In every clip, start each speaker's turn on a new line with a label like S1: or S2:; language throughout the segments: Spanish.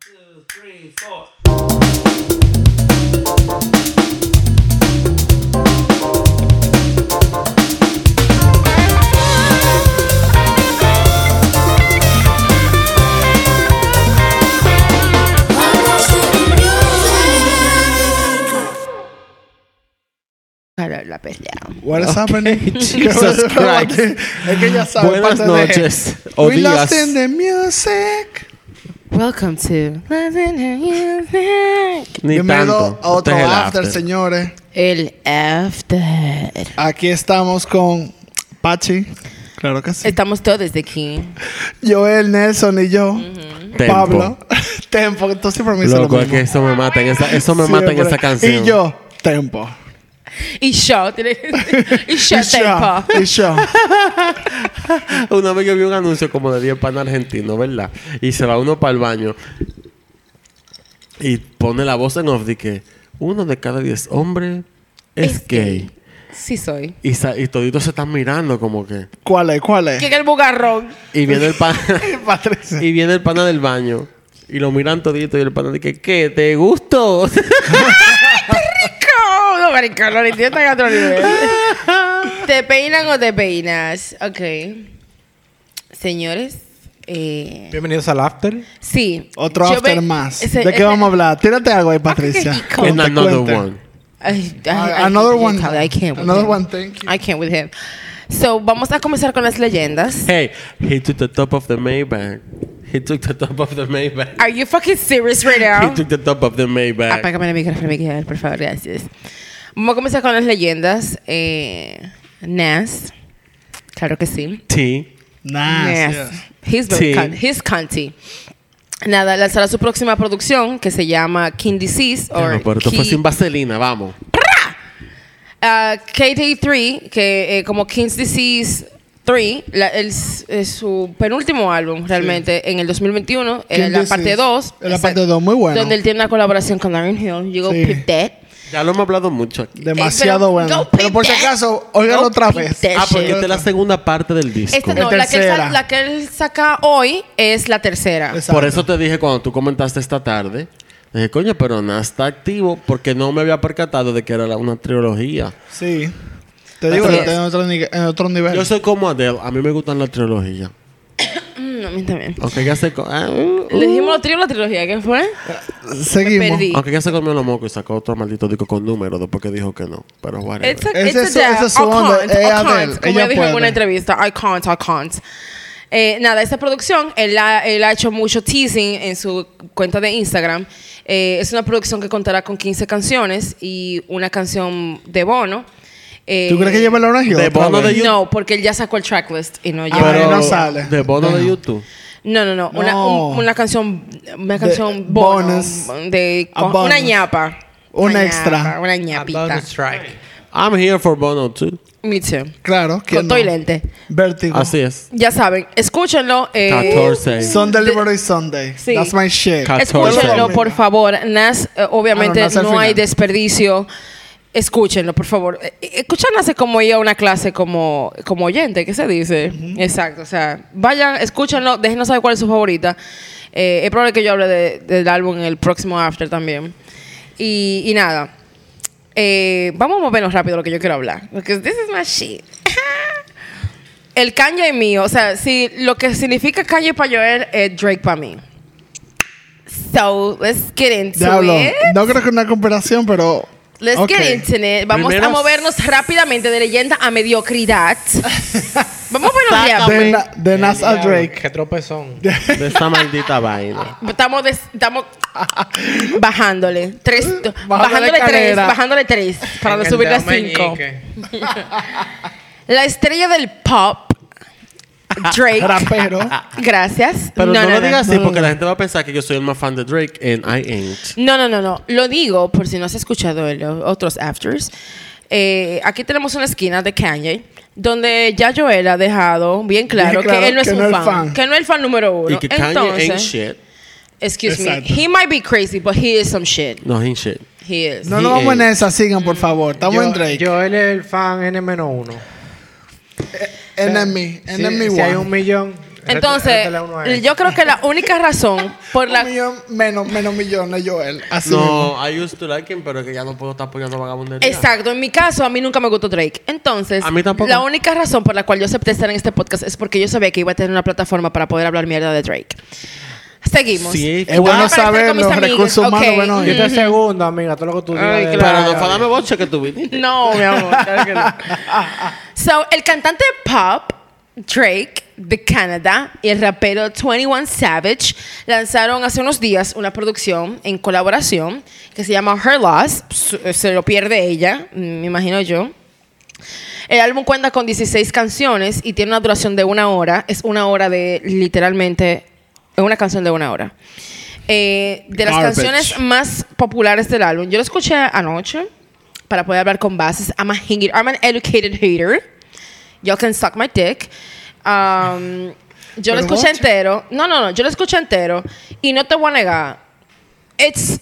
S1: two, three, four.
S2: Para la pelea.
S3: What is happening?
S4: Jesus Christ.
S3: es que ya sabes.
S4: Buenas
S3: parte de-
S4: noches. oh, O
S3: We
S4: días.
S3: lost in the music.
S2: Welcome to Loving Her Music.
S4: Ni
S3: Bienvenido
S4: tanto.
S3: a otro
S4: Este es el
S3: after, señores.
S2: El after.
S3: Aquí estamos con Pachi. Claro que sí.
S2: Estamos todos de aquí.
S3: Joel, Nelson y yo.
S4: Tempo.
S3: Pablo. Tempo. Tú siempre me dices lo
S4: Loco, es
S3: mismo.
S4: que eso me mata en esa, eso me mata en
S3: Siempre.
S4: esa canción.
S3: Y yo, Tempo.
S2: Y yo, tiene- y yo,
S3: y yo.
S2: tempo.
S3: Y yo.
S4: Una vez yo vi un anuncio como de 10 pan argentino, ¿verdad? Y se va uno para el baño y pone la voz en off de que uno de cada 10 hombres es,
S2: Es
S4: gay.
S2: Sí soy.
S4: Y, sa- y toditos se están mirando como que.
S3: ¿Cuál es? ¿Cuál es?
S2: ¿Quién es el bugarrón?
S4: Y viene el pan.
S3: Patricia.
S4: y viene el pana del baño. Y lo miran todito y el pana dice, ¿qué? ¿Te gustó?
S2: ¿Cómo? No, marico, lo entiendo a otro nivel. ¿Te peinan o te peinas? Ok. Señores, eh,
S5: Bienvenidos al After.
S2: sí.
S3: Otro
S2: Yo
S3: after
S2: ve-
S3: más.
S2: ese-
S3: ¿De qué
S2: ese-
S3: vamos a hablar? Tírate algo ahí, Patricia.
S2: rico.
S4: And
S3: Cuente,
S4: another
S3: cuente.
S4: one.
S2: Ay, ay,
S3: Ah,
S2: I can't
S3: another
S2: with
S3: one.
S2: him, I can't with
S3: Another
S2: him.
S3: one, thank you.
S2: I can't with him. So, vamos a comenzar con las leyendas.
S4: Hey, he took the top of the Maybach. He took the top of the Maybach.
S2: Are you fucking serious right
S4: He
S2: now?
S4: took the top of the Maybach.
S2: Apágame el micrófono, Miguel, por favor, gracias. Vamos a comenzar con las leyendas. Eh, Nas, claro que sí.
S4: T.
S3: Nice.
S2: Yes.
S3: yes.
S2: He's very
S4: Sí.
S2: cunt- he's cunty. Nada, lanzará su próxima producción que se llama King Disease o
S4: No, pero esto fue pues, sin vaselina, vamos.
S2: Ah, KD3, que eh, como King's Disease 3, la- el- es su penúltimo álbum realmente en el 2021,
S3: King
S2: en la
S3: Disease.
S2: parte 2.
S3: En la parte dos, muy bueno.
S2: Donde él tiene una colaboración con Lauren Hill. You go
S3: Sí.
S2: peep that.
S4: Ya lo hemos hablado mucho aquí.
S3: Demasiado
S2: Eh, pero
S3: bueno.
S2: go
S3: Pero
S2: peep
S3: por si
S2: that.
S3: acaso, óigalo
S2: Go
S3: otra
S2: peep
S3: vez.
S2: that
S4: Ah, porque
S2: shit.
S4: esta es la segunda parte del disco. Eh,
S2: Esta Este no,
S3: Es
S2: la que, él, sa-
S3: tercera.
S2: la que él saca hoy es la tercera.
S3: Exacto.
S4: Por eso te dije cuando tú comentaste esta tarde. Dije, coño, pero nada, está activo porque no me había percatado de que era la- una trilogía.
S3: Sí. Te digo,
S2: Así
S3: está
S2: es.
S3: en otro, ni- en otro nivel.
S4: Yo soy como Adele, a mí me gustan las trilogías.
S2: Mm, a mí también.
S4: Aunque ya se, co- ah, uh,
S2: Le dijimos los tríos la trilogía, ¿qué fue?
S3: Seguimos.
S2: perdí.
S4: aunque ya se comió los mocos y sacó otro maldito disco con números después que dijo que no. Pero whatever.
S2: It's a,
S3: Ese
S2: it's a
S3: es su-
S2: dab.
S3: ese es su
S2: I can't,
S3: onda. Es
S2: I can't.
S3: Adele.
S2: Como
S3: Ella
S2: yo dije en
S3: puede.
S2: una entrevista, I can't, I can't. Eh, nada, esta producción, él ha, él ha hecho mucho teasing en su cuenta de Instagram. Eh, es una producción que contará con 15 canciones y una canción de bono. Eh,
S3: ¿Tú crees que lleva la oración?
S4: de bono de YouTube.
S2: No, porque él ya sacó el tracklist y no lleva.
S3: Ah, Pero- no sale.
S4: De bono de YouTube.
S2: No, no, no. Una,
S3: No.
S2: un- una canción, una canción
S3: bonus.
S2: bono, de,
S3: A
S2: una
S3: bonus.
S2: ñapa.
S3: Una
S2: ñapa,
S3: extra.
S2: una
S5: A
S2: ñapita.
S5: bonus strike.
S4: I'm here for bono too.
S2: Me too.
S3: Claro.
S2: Con
S3: ¿quién
S2: todo y
S3: no?
S2: lente.
S3: Vértigo.
S4: Así es.
S2: Ya saben, escúchenlo. eh,
S4: 14.
S3: Son Delivery Sunday.
S2: Sí.
S3: That's my shit.
S4: Ca- 14.
S2: Escúchenlo, por favor. Nas, eh, obviamente
S3: Ah, no,
S2: no,
S3: Nas al final.
S2: hay desperdicio. Escúchenlo, por favor. Eh, eh, Escuchan hace como ir a una clase como, como oyente, ¿qué se dice? Exacto, o sea, vayan, escúchenlo, déjenos saber cuál es su favorita. Eh, es probable que yo hable de- del álbum en el próximo After también. Y, y nada, Eh, vamos a movernos rápido lo que yo quiero hablar. Porque this is my shit. El Kanye es mío. O sea, si lo que significa Kanye para Joel es Drake para mí. So, let's get into
S3: Diablo.
S2: it.
S3: No creo que una comparación, pero.
S2: Let's
S3: Ok.
S2: get into it. Vamos
S4: Primero-
S2: a movernos rápidamente de leyenda a mediocridad. Vamos a movernos
S3: De,
S2: rápido.
S3: Na- de Nas a
S5: Diablo,
S3: Drake.
S5: Qué tropezón.
S4: De esta maldita vaina.
S2: Estamos, des- estamos bajándole. Tres, bajándole, tres,
S3: carrera.
S2: bajándole tres. Para no
S5: En el
S2: subirle a
S5: dedo
S2: cinco.
S5: meñique.
S2: La estrella del pop, Drake.
S3: Rapero.
S2: Gracias.
S4: Pero no,
S2: no,
S4: lo digas
S2: no.
S4: así porque la gente va a pensar que yo soy el más fan de Drake and I ain't.
S2: No, no, no, no. Lo digo por si no has escuchado el- otros afters. Eh, aquí tenemos una esquina de Kanye donde ya Joel ha dejado bien claro,
S3: Bien claro
S2: que él no es
S3: que
S2: un
S3: no es
S2: fan,
S3: fan.
S2: Que no es el fan número uno.
S4: Y que Kanye ain't
S2: Entonces,
S4: shit.
S2: excuse
S3: Exacto.
S2: me. He might be crazy, but he is some shit.
S4: No, ain't shit.
S2: He is.
S3: No nos
S4: Sí,
S3: vamos en
S4: eh.
S3: esa, sigan, por favor. Estamos en Drake.
S5: Yo, él es el fan N-1.
S3: enemy.
S5: Si-
S3: enemy
S5: si,
S3: one.
S5: hay un millón,
S2: Entonces,
S1: Rétale a uno a él.
S2: yo creo que la única razón por
S3: Un
S2: la...
S3: millón menos, menos millones, Joel. Así mismo.
S4: No, I used to like him, pero que ya no puedo estar apoyando vagabundería.
S2: Exacto, en mi caso a mí nunca me gustó Drake. Entonces,
S4: A mí tampoco.
S2: la única razón por la cual yo acepté estar en este podcast es porque yo sabía que iba a tener una plataforma para poder hablar mierda de Drake. Seguimos.
S4: Sí,
S3: Es bueno
S2: Ah, para estar
S3: saber
S2: con mis
S3: los
S2: amigos,
S3: recursos humanos.
S2: ok.
S3: Bueno,
S1: Yo te segundo, amiga, todo lo que tú digas.
S2: Ay,
S1: de-
S2: claro.
S4: Pero no fue dame boche que tú viniste.
S2: No, mi amor, claro que no. So, el cantante pop Drake de Canadá y el rapero 21 Savage lanzaron hace unos días una producción en colaboración que se llama Her Loss. Su- eh, Se lo pierde ella, mm, me imagino yo. El álbum cuenta con 16 canciones y tiene una duración de una hora. Es una hora de literalmente. Es una canción de una hora. Eh, de las
S3: Garbage.
S2: canciones más populares del álbum, yo lo escuché anoche para poder hablar con bases. I'm, a hater- I'm an educated hater. Y'all can suck my dick. Um, yo lo
S3: Pero
S2: escuché
S3: what?
S2: entero. No, no, no. Yo lo escuché entero. Y no te voy a negar. It's,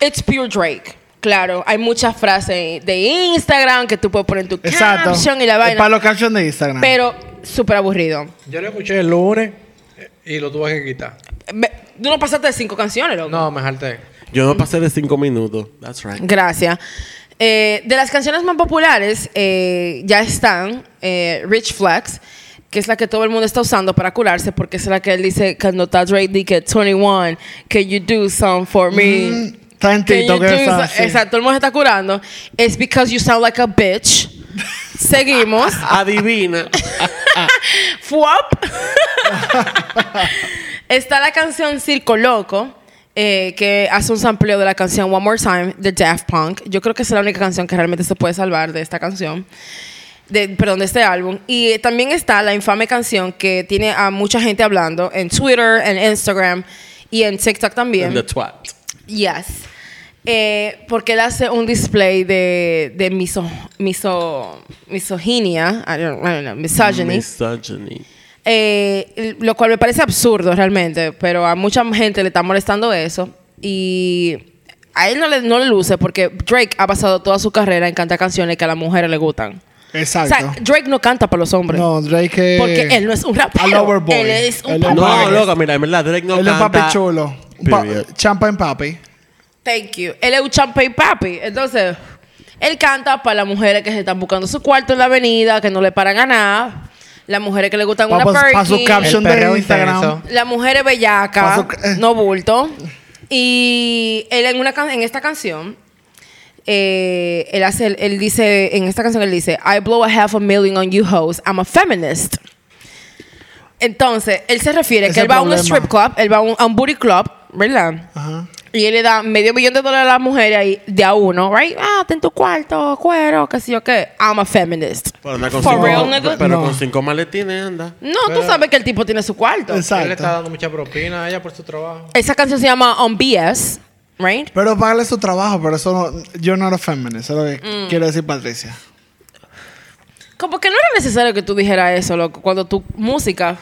S2: it's pure Drake. Claro, hay muchas frases de Instagram que tú puedes poner en tu
S3: Exacto.
S2: caption y la vaina.
S3: Para los captions de Instagram.
S2: Pero súper aburrido.
S1: Yo lo escuché el lunes eh, y lo tuve que quitar.
S2: Me- Tú no pasaste de cinco canciones, loco.
S1: No, me jalté.
S4: Yo no pasé de cinco minutos. That's right.
S2: Gracias. Eh, de las canciones más populares eh, ya están eh, Rich Flex, que es la que todo el mundo está usando para curarse, porque es la que él dice cuando está Drake dice 21, can you do something for me?
S3: Mm, está en
S2: Can you
S3: TikTok
S2: do
S3: esa,
S2: so-
S3: sí.
S2: Exacto, todo el mundo se está curando. It's because you sound like a bitch. Seguimos.
S4: Adivina.
S2: Fuap. Está la canción Circo Loco, eh, que hace un sampleo de la canción One More Time de Daft Punk. Yo creo que esa es la única canción que realmente se puede salvar de esta canción. De, perdón, de este álbum. Y eh, también está la infame canción que tiene a mucha gente hablando en Twitter, en Instagram y en TikTok también.
S4: And the twat.
S2: Yes. Eh, porque él hace un display de, de miso, miso, misoginia, I don't, I don't know, misogyny.
S4: Misogyny.
S2: Eh, lo cual me parece absurdo realmente, pero a mucha gente le está molestando eso. Y a él no le, no le luce porque Drake ha pasado toda su carrera en cantar canciones que a las mujeres le gustan. O
S3: Exacto.
S2: sea, Drake no canta para los hombres.
S3: no, Drake. eh,
S2: Porque él no es un rapero.
S3: a lover boy.
S2: Él es un
S3: Él es
S2: papá.
S4: No,
S3: Papi.
S4: loca, mira, en verdad, Drake no
S3: él es un
S4: canta.
S3: papi chulo. Un pa-
S4: Period.
S3: Champagne papi.
S2: Thank you. Él es un champagne papi. Entonces, él canta para las mujeres que se están buscando su cuarto en la avenida, que no le paran a nada. Las mujeres que le gustan
S3: Pa-
S2: una
S3: pa- pa' su
S2: Perkin.
S3: caption. Opción de
S1: perreo
S3: Instagram.
S1: intenso.
S2: La mujer es bellaca,
S3: Paso- eh.
S2: no bulto. Y él en, una, can- en esta canción, eh, él, hace, él dice, en esta canción él dice, I blow a half a million on you hoes, I'm a feminist. Entonces, él se refiere
S3: Ese
S2: que él va a un
S3: problema.
S2: strip club, él va a un, a un booty club, ¿verdad?
S3: Ajá.
S2: Y él le da medio millón de dólares a las mujeres ahí de a uno, right? Ah, ten tu cuarto, cuero, qué sé yo qué. I'm a feminist.
S4: Pero anda con
S2: For
S4: cinco-
S2: real, nigga?
S4: Pero
S3: No.
S4: con cinco maletines anda.
S2: No, tú sabes que el tipo tiene su cuarto.
S1: Él le está
S3: Exacto.
S1: dando mucha propina a ella por su trabajo.
S2: Esa canción se llama On BS, right?
S3: Pero pagarle su trabajo, pero eso no. Yo no era feminist, es lo que
S2: Mm.
S3: quiero decir, Patricia.
S2: Como que no era necesario que tú dijeras eso, loco. Cuando tu música,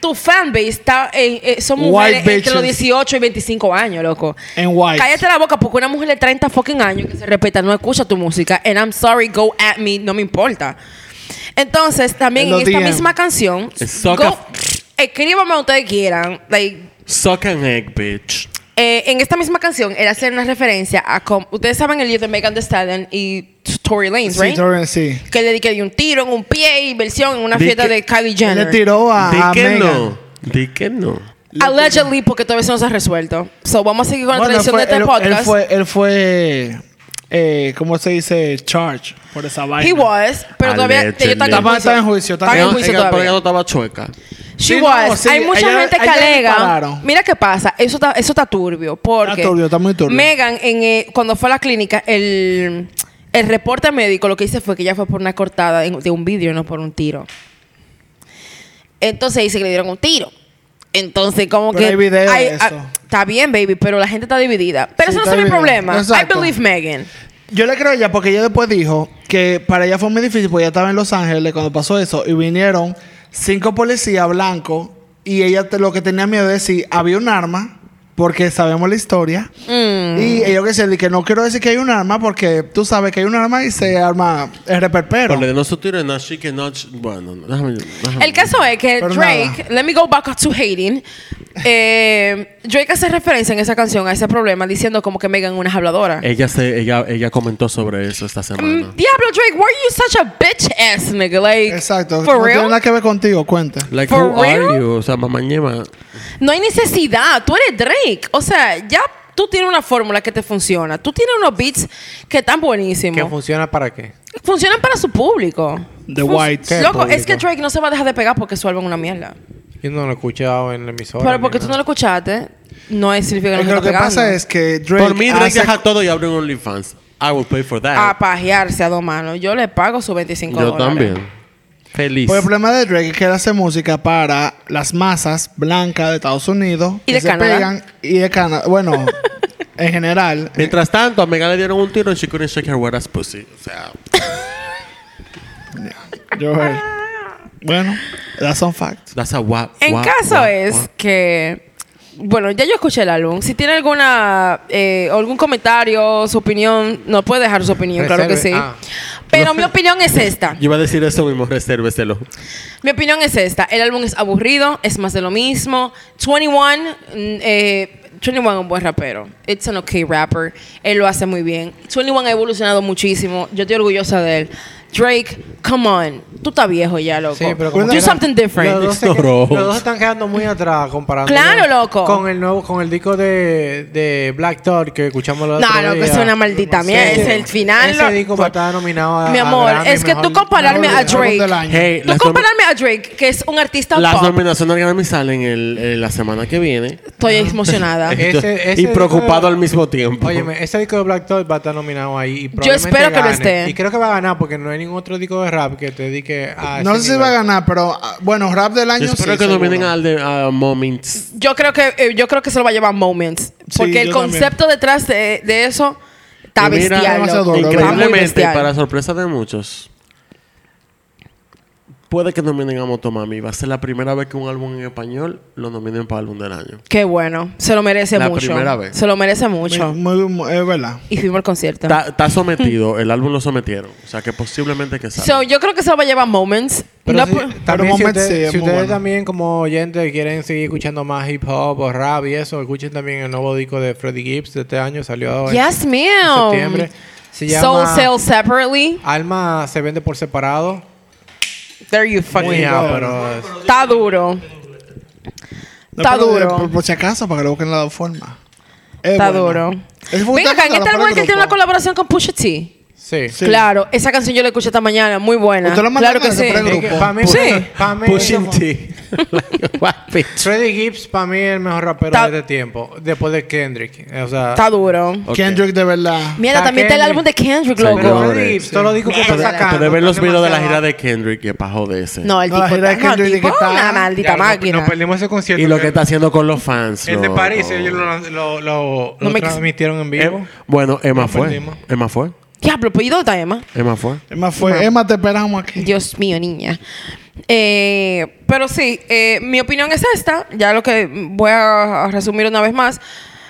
S2: tu fanbase está en- eh, son
S3: White
S2: mujeres entre
S3: bitches.
S2: los 18 y 25 años, loco.
S3: En white.
S2: Cállate la boca porque una mujer de 30 fucking años que se respeta no escucha tu música. And I'm sorry, go at me, no me importa. Entonces, también
S3: En
S2: en
S3: los
S2: esta
S3: DM.
S2: misma canción,
S4: Suck
S2: go-
S4: a-
S2: escríbame a ustedes quieran. Like,
S4: Suck an egg, bitch.
S2: eh, en esta misma canción, él hace una referencia a... com- ustedes saben el lío de Megan Thee Stallion y Tory Lanez,
S3: Sí,
S2: right?
S3: Torrent, sí.
S2: que le di que di un tiro en un pie y versión en una
S4: Di
S2: fiesta
S4: que-
S2: de Kylie
S3: Él le
S2: Jenner.
S3: tiró a.
S4: Di
S3: a
S4: que
S3: Megan.
S4: no. Di que no.
S2: Allegedly, porque todavía eso no se ha resuelto. So, vamos a seguir con la
S3: Bueno, él
S2: tradición
S3: fue,
S2: de este
S3: él,
S2: podcast.
S3: él fue, él fue, eh, ¿cómo se dice? Charge por esa vaina.
S2: He was, pero todavía
S4: Allegedly.
S2: ellos están en
S4: Estaba-
S2: juicio.
S3: estaba en juicio, estaba
S2: Están en
S4: Ella-
S2: juicio
S4: ella- Pero ella no
S2: todavía.
S4: estaba chueca.
S2: She
S3: Sí, no,
S2: was.
S3: sí,
S2: hay mucha
S3: ella-
S2: gente que
S3: ella le
S2: alega.
S3: dispararon.
S2: Mira qué pasa. Eso está, eso está turbio. Porque
S3: Está turbio, está muy turbio.
S2: Megan, en, eh, cuando fue a la clínica, el, el reporte médico lo que hice fue que ella fue por una cortada en- de un vidrio, no por un tiro. Entonces dice que le dieron un tiro. Entonces, como
S3: Pero
S2: que.
S3: hay video de eso.
S2: ah, Está bien, baby, pero la gente está dividida. Pero eso
S3: Sí,
S2: no
S3: está
S2: es mi
S3: dividida.
S2: problema.
S3: Exacto.
S2: I believe Megan.
S3: Yo le creo a ella porque ella después dijo que para ella fue muy difícil porque ella estaba en Los Ángeles cuando pasó eso y vinieron cinco policías blancos y ella te- lo que tenía miedo es si había un arma porque sabemos la historia.
S2: Mm.
S3: Y ellos que se di que no quiero decir que hay un arma porque tú sabes que hay un arma y se arma el reperpero.
S4: Pero le den su tiro en Nashi que no. Bueno, no, déjame. déjame.
S2: El caso es que
S3: Pero
S2: Drake, let me go back to hating. Eh, Drake hace referencia en esa canción a ese problema diciendo como que Megan es una habladora.
S4: Ella, se, ella, ella comentó sobre eso esta semana.
S2: Mm, Diablo Drake, were you such a bitch ass nigga? Like,
S3: Exacto.
S2: For
S3: no tiene
S2: real?
S3: nada que ver contigo, cuenta.
S4: Like,
S2: ¿For
S4: who
S2: real?
S4: are you? O sea, mamá ñema.
S2: No hay necesidad. Tú eres Drake. O sea, ya tú tienes una fórmula que te funciona. Tú tienes unos beats que están
S1: ¿Que
S2: buenísimos.
S1: funciona para qué?
S2: Funcionan para su público.
S3: The
S2: Fun-
S3: Whites. ¿Qué
S2: Loco,
S1: público?
S2: es que Drake no se va a dejar de pegar porque su álbum es una mierda.
S1: Yo no lo he escuchado en la emisora.
S2: Pero
S1: ni
S2: porque tú no
S1: nada.
S2: lo escuchaste, no es significa que
S3: Porque
S2: no
S3: lo
S2: está
S3: que
S2: pegando.
S3: pasa es que Drake.
S4: Por mí, Drake
S3: hace-
S4: deja todo y abre un OnlyFans. I will pay for that.
S2: a pajearse a dos manos. Yo le pago sus 25
S4: Yo
S2: dólares.
S4: también. Feliz.
S3: Pues el problema de Drake es que él hace música para las masas blancas de Estados Unidos.
S2: Y
S3: que
S2: de
S3: se
S2: Canadá.
S3: pegan, y de Canadá. Bueno, en general.
S4: Mientras tanto, a Megan le dieron un tiro y she couldn't shake her wet ass pussy. O sea,
S3: Yo, eh, bueno, that's some fact.
S4: that's a what.
S2: En caso es que. Bueno, ya yo escuché el álbum. Si tiene alguna eh, algún comentario, su opinión, no puede dejar su opinión, claro que sí.
S1: Reserve- ah.
S2: Pero mi opinión es esta.
S4: Yo iba a decir eso mismo, resérveselo.
S2: Mi opinión es esta. El álbum es aburrido, es más de lo mismo. 21, mm, eh, 21 es un buen rapero. It's an okay rapper. Él lo hace muy bien. 21 ha evolucionado muchísimo. Yo estoy orgullosa de él. Drake, come on. Tú estás viejo ya, loco.
S1: Sí, pero como
S2: Do
S1: quiera-
S2: something different.
S1: Los dos, se
S4: Ignoró.
S1: qued- los dos están quedando muy atrás comparando.
S2: Claro, loco.
S1: Con el nuevo, con el disco de, de Black Thought que escuchamos los
S2: No,
S1: otro
S2: no, que
S1: día.
S2: es una maldita mierda.
S1: Ese-
S2: Es el final,
S1: Ese
S2: lo-
S1: disco va a estar nominado a
S2: Mi
S1: a
S2: amor,
S1: Grammy,
S2: es que
S1: mejor-
S2: tú compararme
S1: mejor
S2: a
S1: disco.
S2: Drake.
S3: Álbum del año.
S4: Hey,
S2: Tú
S4: las,
S2: compararme a Drake, que es un artista
S4: nom- las
S2: pop.
S4: nominaciones al Grammy salen el, eh, la semana que viene.
S2: Estoy emocionada.
S1: Ese- Ah, ese
S4: y
S1: disco
S4: preocupado
S1: de-
S4: al mismo tiempo.
S1: Óyeme, ese disco de Black Thought va a estar nominado ahí. y probablemente
S2: espero que lo
S1: gane.
S2: esté.
S1: Y creo que va a ganar porque no hay ningún otro disco de rap que te dedique a.
S3: No
S1: ese
S3: sé si
S1: nivel.
S3: va a ganar, pero ah, bueno, rap del año.
S4: Yo espero
S3: sí,
S4: que
S3: seguro.
S4: nominen al de a Moments.
S2: Yo creo que eh, yo creo que se lo va a llevar Moments,
S3: Sí,
S2: porque el
S3: yo también.
S2: concepto detrás de, de eso está
S4: Y mira,
S2: bestial. loco.
S3: demasiado dolor.
S2: Está muy
S4: Increíblemente,
S2: bestial.
S4: para sorpresa de muchos, puede que nominen a Motomami. Va a ser la primera vez que un álbum en español lo nominen para álbum del año.
S2: Qué bueno, se lo merece
S4: La
S2: mucho.
S4: primera vez.
S2: Se lo merece mucho.
S3: Muy, muy- es verdad.
S2: Y fuimos al concierto.
S4: Está está sometido, el álbum lo sometieron. O sea que posiblemente que salga.
S2: So, yo creo que se lo va a llevar Moments.
S1: Pero
S2: No pues,
S1: si,
S2: por-
S1: también
S3: Pero
S1: si,
S3: Moment
S1: usted-
S3: sí es
S1: si
S3: muy
S1: ustedes
S3: bueno.
S1: también como oyentes quieren seguir escuchando más hip hop o rap y eso, escuchen también el nuevo disco de Freddie Gibbs de este año, salió en-
S2: yes,
S1: en
S2: ma'am.
S1: septiembre. Se
S2: Soul
S1: llama
S2: Sell Separately.
S1: Alma se vende por separado.
S2: There you fucking
S1: Muy
S2: go.
S1: ápero. es-
S2: Está duro.
S3: No,
S2: Está
S3: pero,
S2: duro.
S3: eh, Por, por si acaso, para que lo busquen de la forma. Es
S2: Está
S3: bueno.
S2: duro.
S3: Ese fue un
S2: Venga acá, en
S3: tema
S2: este
S3: para
S2: álbum
S3: el
S2: que él tiene una
S3: grupo.
S2: colaboración con Pusha T.
S1: Sí.
S3: Sí.
S2: Claro, esa canción yo la escuché esta mañana, muy buena.
S3: ¿Usted la mandó
S2: claro
S3: acá?
S2: que
S3: Se
S2: sí.
S3: pone
S1: Es que
S3: grupo.
S1: pa' mí-
S2: Sí.
S1: pa' mí-
S4: Pushing T. Like, what, bitch?
S1: Freddie Gibbs para mí es el mejor rapero
S2: Ta-
S1: de este tiempo, después de Kendrick. O sea,
S2: Está duro.
S4: Ok.
S3: Kendrick, de verdad.
S2: Mira,
S1: Está
S2: también está el
S1: Kendrick.
S2: álbum de Kendrick,
S4: Pero
S1: pero
S2: loco.
S4: Kendrick-
S1: Freddie Gibbs, todos los discos que está
S2: Mierda.
S1: sacando.
S4: Puede ver
S1: están
S4: los videos de la
S1: demasiado
S4: gira de Kendrick y es pa' joderse.
S2: No, el
S3: No,
S2: tipo,
S3: la gira de
S2: está- no, el
S3: Kendrick
S2: tipo
S3: que
S2: es
S3: está-
S2: una
S1: Ya,
S2: maldita
S1: no-
S2: máquina.
S1: Nos perdimos ese concierto.
S4: Y lo que
S1: que-
S4: está haciendo con los fans.
S1: El de
S4: loco.
S1: París, ellos lo, lo, lo,
S2: No
S1: lo
S2: me-
S1: transmitieron en vivo.
S4: Em- bueno, Emma
S1: Lo
S4: fue.
S1: perdimos.
S4: Emma fue.
S2: Diablo, pues ¿y dónde está Emma?
S4: Emma fue.
S3: Emma fue. Emma, te esperamos aquí.
S2: Dios mío, niña. Eh, pero sí, eh, mi opinión es esta. Ya lo que voy a resumir una vez más.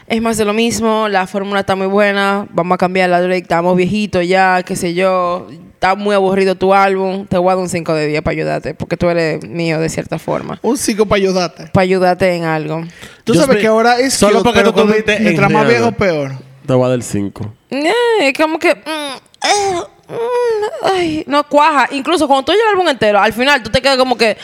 S2: Es más de lo mismo. La fórmula está muy buena. Vamos a cambiar la Drake. Estamos viejitos ya, qué sé yo. Está muy aburrido tu álbum. Te voy a dar un 5 de 10 para ayudarte. Porque tú eres mío de cierta forma.
S3: Un cinco para ayudarte.
S2: Para ayudarte en algo.
S3: Tú
S4: Yo
S3: sabes
S4: espe-
S3: que ahora es
S4: Solo
S3: cute,
S4: porque
S3: pero
S4: tú
S3: cuando-
S4: tuviste en
S3: Mientras más
S4: real.
S3: viejo, peor.
S4: Te va del 5.
S2: Eh, es como que. mm, eh, mm, ay, no cuaja. Incluso cuando tú oyes el álbum entero, al final tú te quedas como que.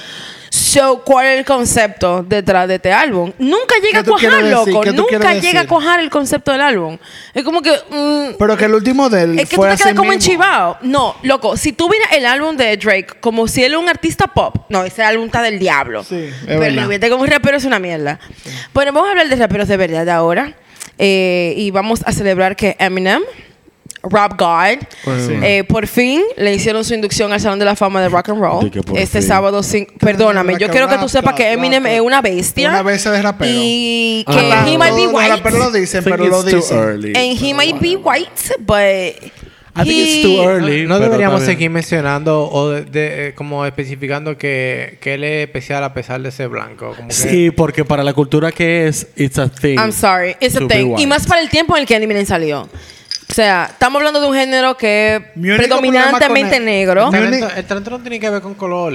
S2: So, ¿cuál es el concepto detrás de este álbum? Nunca llega a
S3: ¿Qué tú
S2: cuajar,
S3: quieres decir?
S2: loco.
S3: ¿Qué tú
S2: Nunca
S3: quieres
S2: llega a
S3: decir?
S2: cuajar el concepto del álbum. Es como que. mm,
S3: Pero que el último de él
S2: es que tú
S3: fue
S2: te
S3: así
S2: quedas como
S3: mismo.
S2: enchivado. No, loco, si tú miras el álbum de Drake como si él es un artista pop, no, ese álbum está del diablo.
S3: Sí, es
S2: Pero
S3: verdad.
S2: lo vete como un rapero es una mierda. Bueno, vamos a hablar de raperos de verdad ahora. Eh, y vamos a celebrar que Eminem, Rob God, eh, por fin le hicieron su inducción al Salón de la Fama de Rock and Roll.
S4: Di que por
S2: Este
S4: fin.
S2: sábado, cinco- perdóname,
S3: Rock
S2: yo
S3: and
S2: quiero que tú
S3: rap,
S2: sepas que
S3: rap,
S2: Eminem
S3: rap.
S2: es una bestia.
S3: Una bestia de rapero.
S2: Y
S4: Ah,
S2: que
S4: claro.
S2: he might be
S3: Todos los raperos lo
S2: white.
S3: dicen, pero lo dicen.
S2: And he might be white, but
S4: I think it's
S2: He-
S4: too early.
S1: No
S4: pero
S1: deberíamos
S4: está bien.
S1: seguir mencionando o de- de- eh, como especificando que, que él es especial a pesar de ser blanco. Como que-
S4: Sí, porque para la cultura que es, it's a thing.
S2: I'm sorry, it's a
S4: to be
S2: thing.
S4: white.
S2: Y más para el tiempo en el que Annie Millen salió. O sea, estamos hablando de un género que es
S3: Mi único problema
S2: predominantemente
S3: con él-
S2: negro.
S1: El talento, el talento no tiene que ver con color.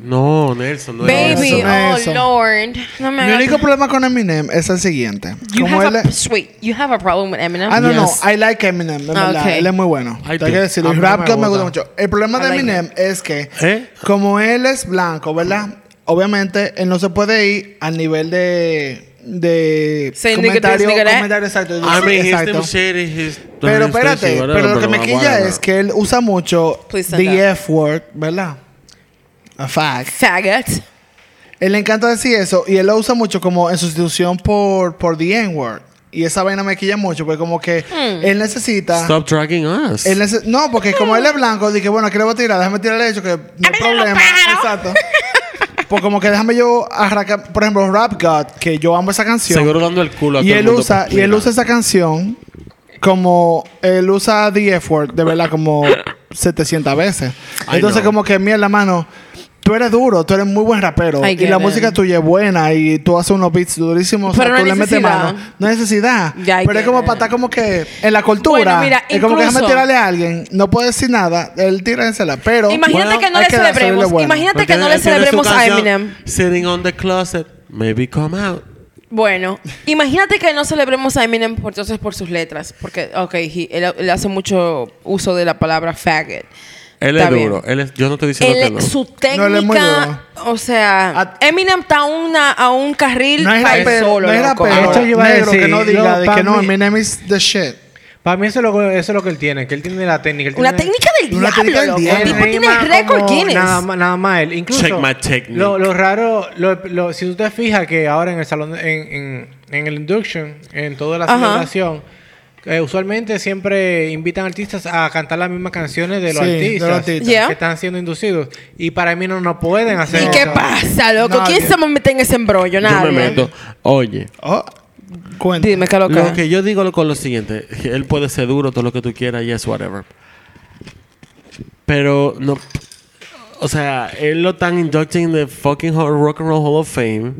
S4: No, Nelson, no es
S2: Baby,
S4: eso.
S3: no es eso.
S2: oh lord. No me
S3: Mi
S2: hagas-
S3: único problema con Eminem es el siguiente.
S2: You
S3: Como él
S2: have a,
S3: es-
S2: sweet, you have a problem with Eminem.
S3: Ah, no,
S4: Yes.
S3: no. I like Eminem, en
S2: Ah,
S3: verdad.
S2: ok.
S3: Él es muy bueno.
S4: I
S3: Hay
S4: do.
S3: que decirlo.
S1: A
S3: Y
S1: mí no
S3: Rap
S1: me
S3: God me gusta
S1: gusta.
S3: mucho. El problema
S2: I
S3: de
S2: like
S3: Eminem es que,
S4: ¿Eh?
S3: como él es blanco, ¿verdad? Obviamente, él no se puede ir al nivel de. de
S2: Say nigga this,
S3: comentario,
S2: nigga that.
S3: comentario exacto.
S4: I mean, he's
S3: exacto.
S4: them shitty, he's-
S3: Pero
S4: he's crazy,
S3: espérate,
S4: whatever,
S3: pero lo que me
S4: blah,
S3: quilla
S4: whatever.
S3: es que él usa mucho
S2: Please stand
S3: the
S2: up.
S3: F word, ¿verdad? A fact.
S2: Faggot.
S3: Él le encanta decir eso y él lo usa mucho como en sustitución por, por the N-word. Y esa vaina me quilla mucho porque como que él necesita...
S4: Stop dragging us.
S3: él nece- no, porque como él es blanco, dije, bueno, aquí le voy a tirar, déjame tirarle hecho que no hay problema. Exacto. pues como que déjame yo arrancar, por ejemplo, Rap God, que yo amo esa canción.
S4: Seguro dando el culo a
S3: y
S4: todo el
S3: él
S4: mundo
S3: usa
S4: por
S3: y él
S4: China.
S3: usa esa canción como él usa the F word de verdad como 700 veces
S4: I
S3: entonces
S4: know.
S3: como que mierda mano tú eres duro tú eres muy buen rapero
S2: I
S3: y
S2: get
S3: la
S2: it.
S3: música tuya es buena y tú haces unos beats durísimos
S2: Pero
S3: o
S2: no
S3: sea,
S2: hay
S3: tú le metes
S2: necesidad.
S3: mano no hay necesidad
S2: Ya, I
S3: pero es
S2: get
S3: como
S2: it.
S3: para estar como que en la cultura
S2: Bueno, mira,
S3: es como que
S2: incluso-
S3: déjame tirarle a alguien no puede decir nada él tira la pero
S2: Imagínate
S3: bueno,
S2: que no
S3: hay
S2: le
S3: dar-
S2: celebremos.
S3: serle bueno.
S2: Imagínate-
S4: Porque
S2: que no le
S4: él tiene su
S2: celebremos a
S4: canción,
S2: Eminem.
S4: Sitting on the closet, maybe come out.
S2: Bueno, imagínate que no celebremos a Eminem por, entonces por sus letras. Porque, ok, he- él, él hace mucho uso de la palabra faggot.
S4: Él
S2: Está
S4: es
S2: bien.
S4: duro. Él es, yo no estoy diciendo que
S2: Él,
S4: no.
S2: Su
S3: No, él es muy
S2: técnica, o sea,
S3: A-
S2: Eminem está a una, a un carril
S3: no es
S2: para él
S3: rapero
S2: solo.
S3: no es
S2: loco.
S3: rapero
S1: Esto yo iba a
S3: negro que
S1: decir,
S3: no diga
S1: no,
S3: de
S1: pa'
S3: que no
S1: mí-
S3: mi name is the shit
S1: Para mí eso es, lo, que- eso es lo que él tiene, que él tiene la técnica. él
S2: Una
S1: tiene-
S2: técnica del
S3: Una técnica
S2: diablo,
S3: del
S2: loco. El
S3: diablo.
S2: tipo tiene
S1: rima
S2: el récord
S1: como
S2: Guinness.
S1: Nada, ma- nada más él. Incluso,
S4: Check my technique.
S1: Lo, lo raro, lo- lo- si tú te fijas que ahora en el salón, en, en, en el induction, en toda la
S2: Ajá.
S1: celebración, eh, usualmente siempre invitan artistas a cantar las mismas canciones de los
S3: Sí, de los
S1: artistas,
S3: artistas.
S2: Yeah.
S1: que están siendo inducidos. Y para mí no, no pueden
S2: ¿Y
S1: hacer eso.
S2: qué pasa, loco? ¿Quién
S3: Nadie.
S2: se me mete en ese embrollo?
S4: yo
S2: Nadie.
S4: me meto. Oye,
S3: oh cuenta
S2: Dime, ¿qué loca?
S4: lo que yo digo lo- con lo siguiente. que Él puede ser duro, todo lo que tú quieras, yes, whatever. Pero no... O sea, él lo están inducting the fucking Ho- Rock and Roll Hall of Fame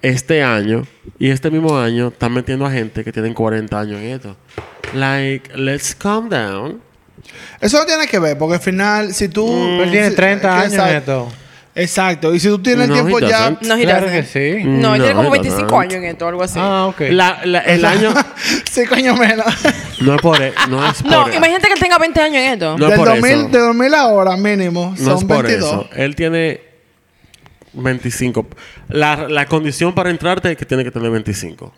S4: este año y este mismo año están metiendo a gente que tienen 40 años en esto. Like, let's calm down.
S3: Eso no tiene que ver, porque al final, si tú.
S4: Mm.
S1: Pero él tiene
S3: si-
S1: 30 años,
S3: exacto,
S1: Neto.
S3: Exacto. Y si tú tienes
S4: No,
S3: el tiempo
S4: he
S3: ya.
S4: doesn't.
S2: No, he
S1: Claro
S2: doesn't.
S1: que sí.
S2: No, él
S4: No,
S2: tiene como
S4: he
S2: 25
S4: doesn't.
S2: años en esto, algo así.
S1: Ah, ok.
S4: La- la- el año...
S3: sí, coño menos.
S4: No es por e- No es por
S2: no,
S4: e-
S2: imagínate que él tenga 20 años en esto.
S4: No es
S3: del
S4: por
S3: 2000,
S4: eso.
S3: De 2000 ahora, mínimo.
S4: No es
S3: son
S4: por
S3: 22.
S4: eso. Él tiene 25. La, la condición para entrarte es que tiene que tener 25.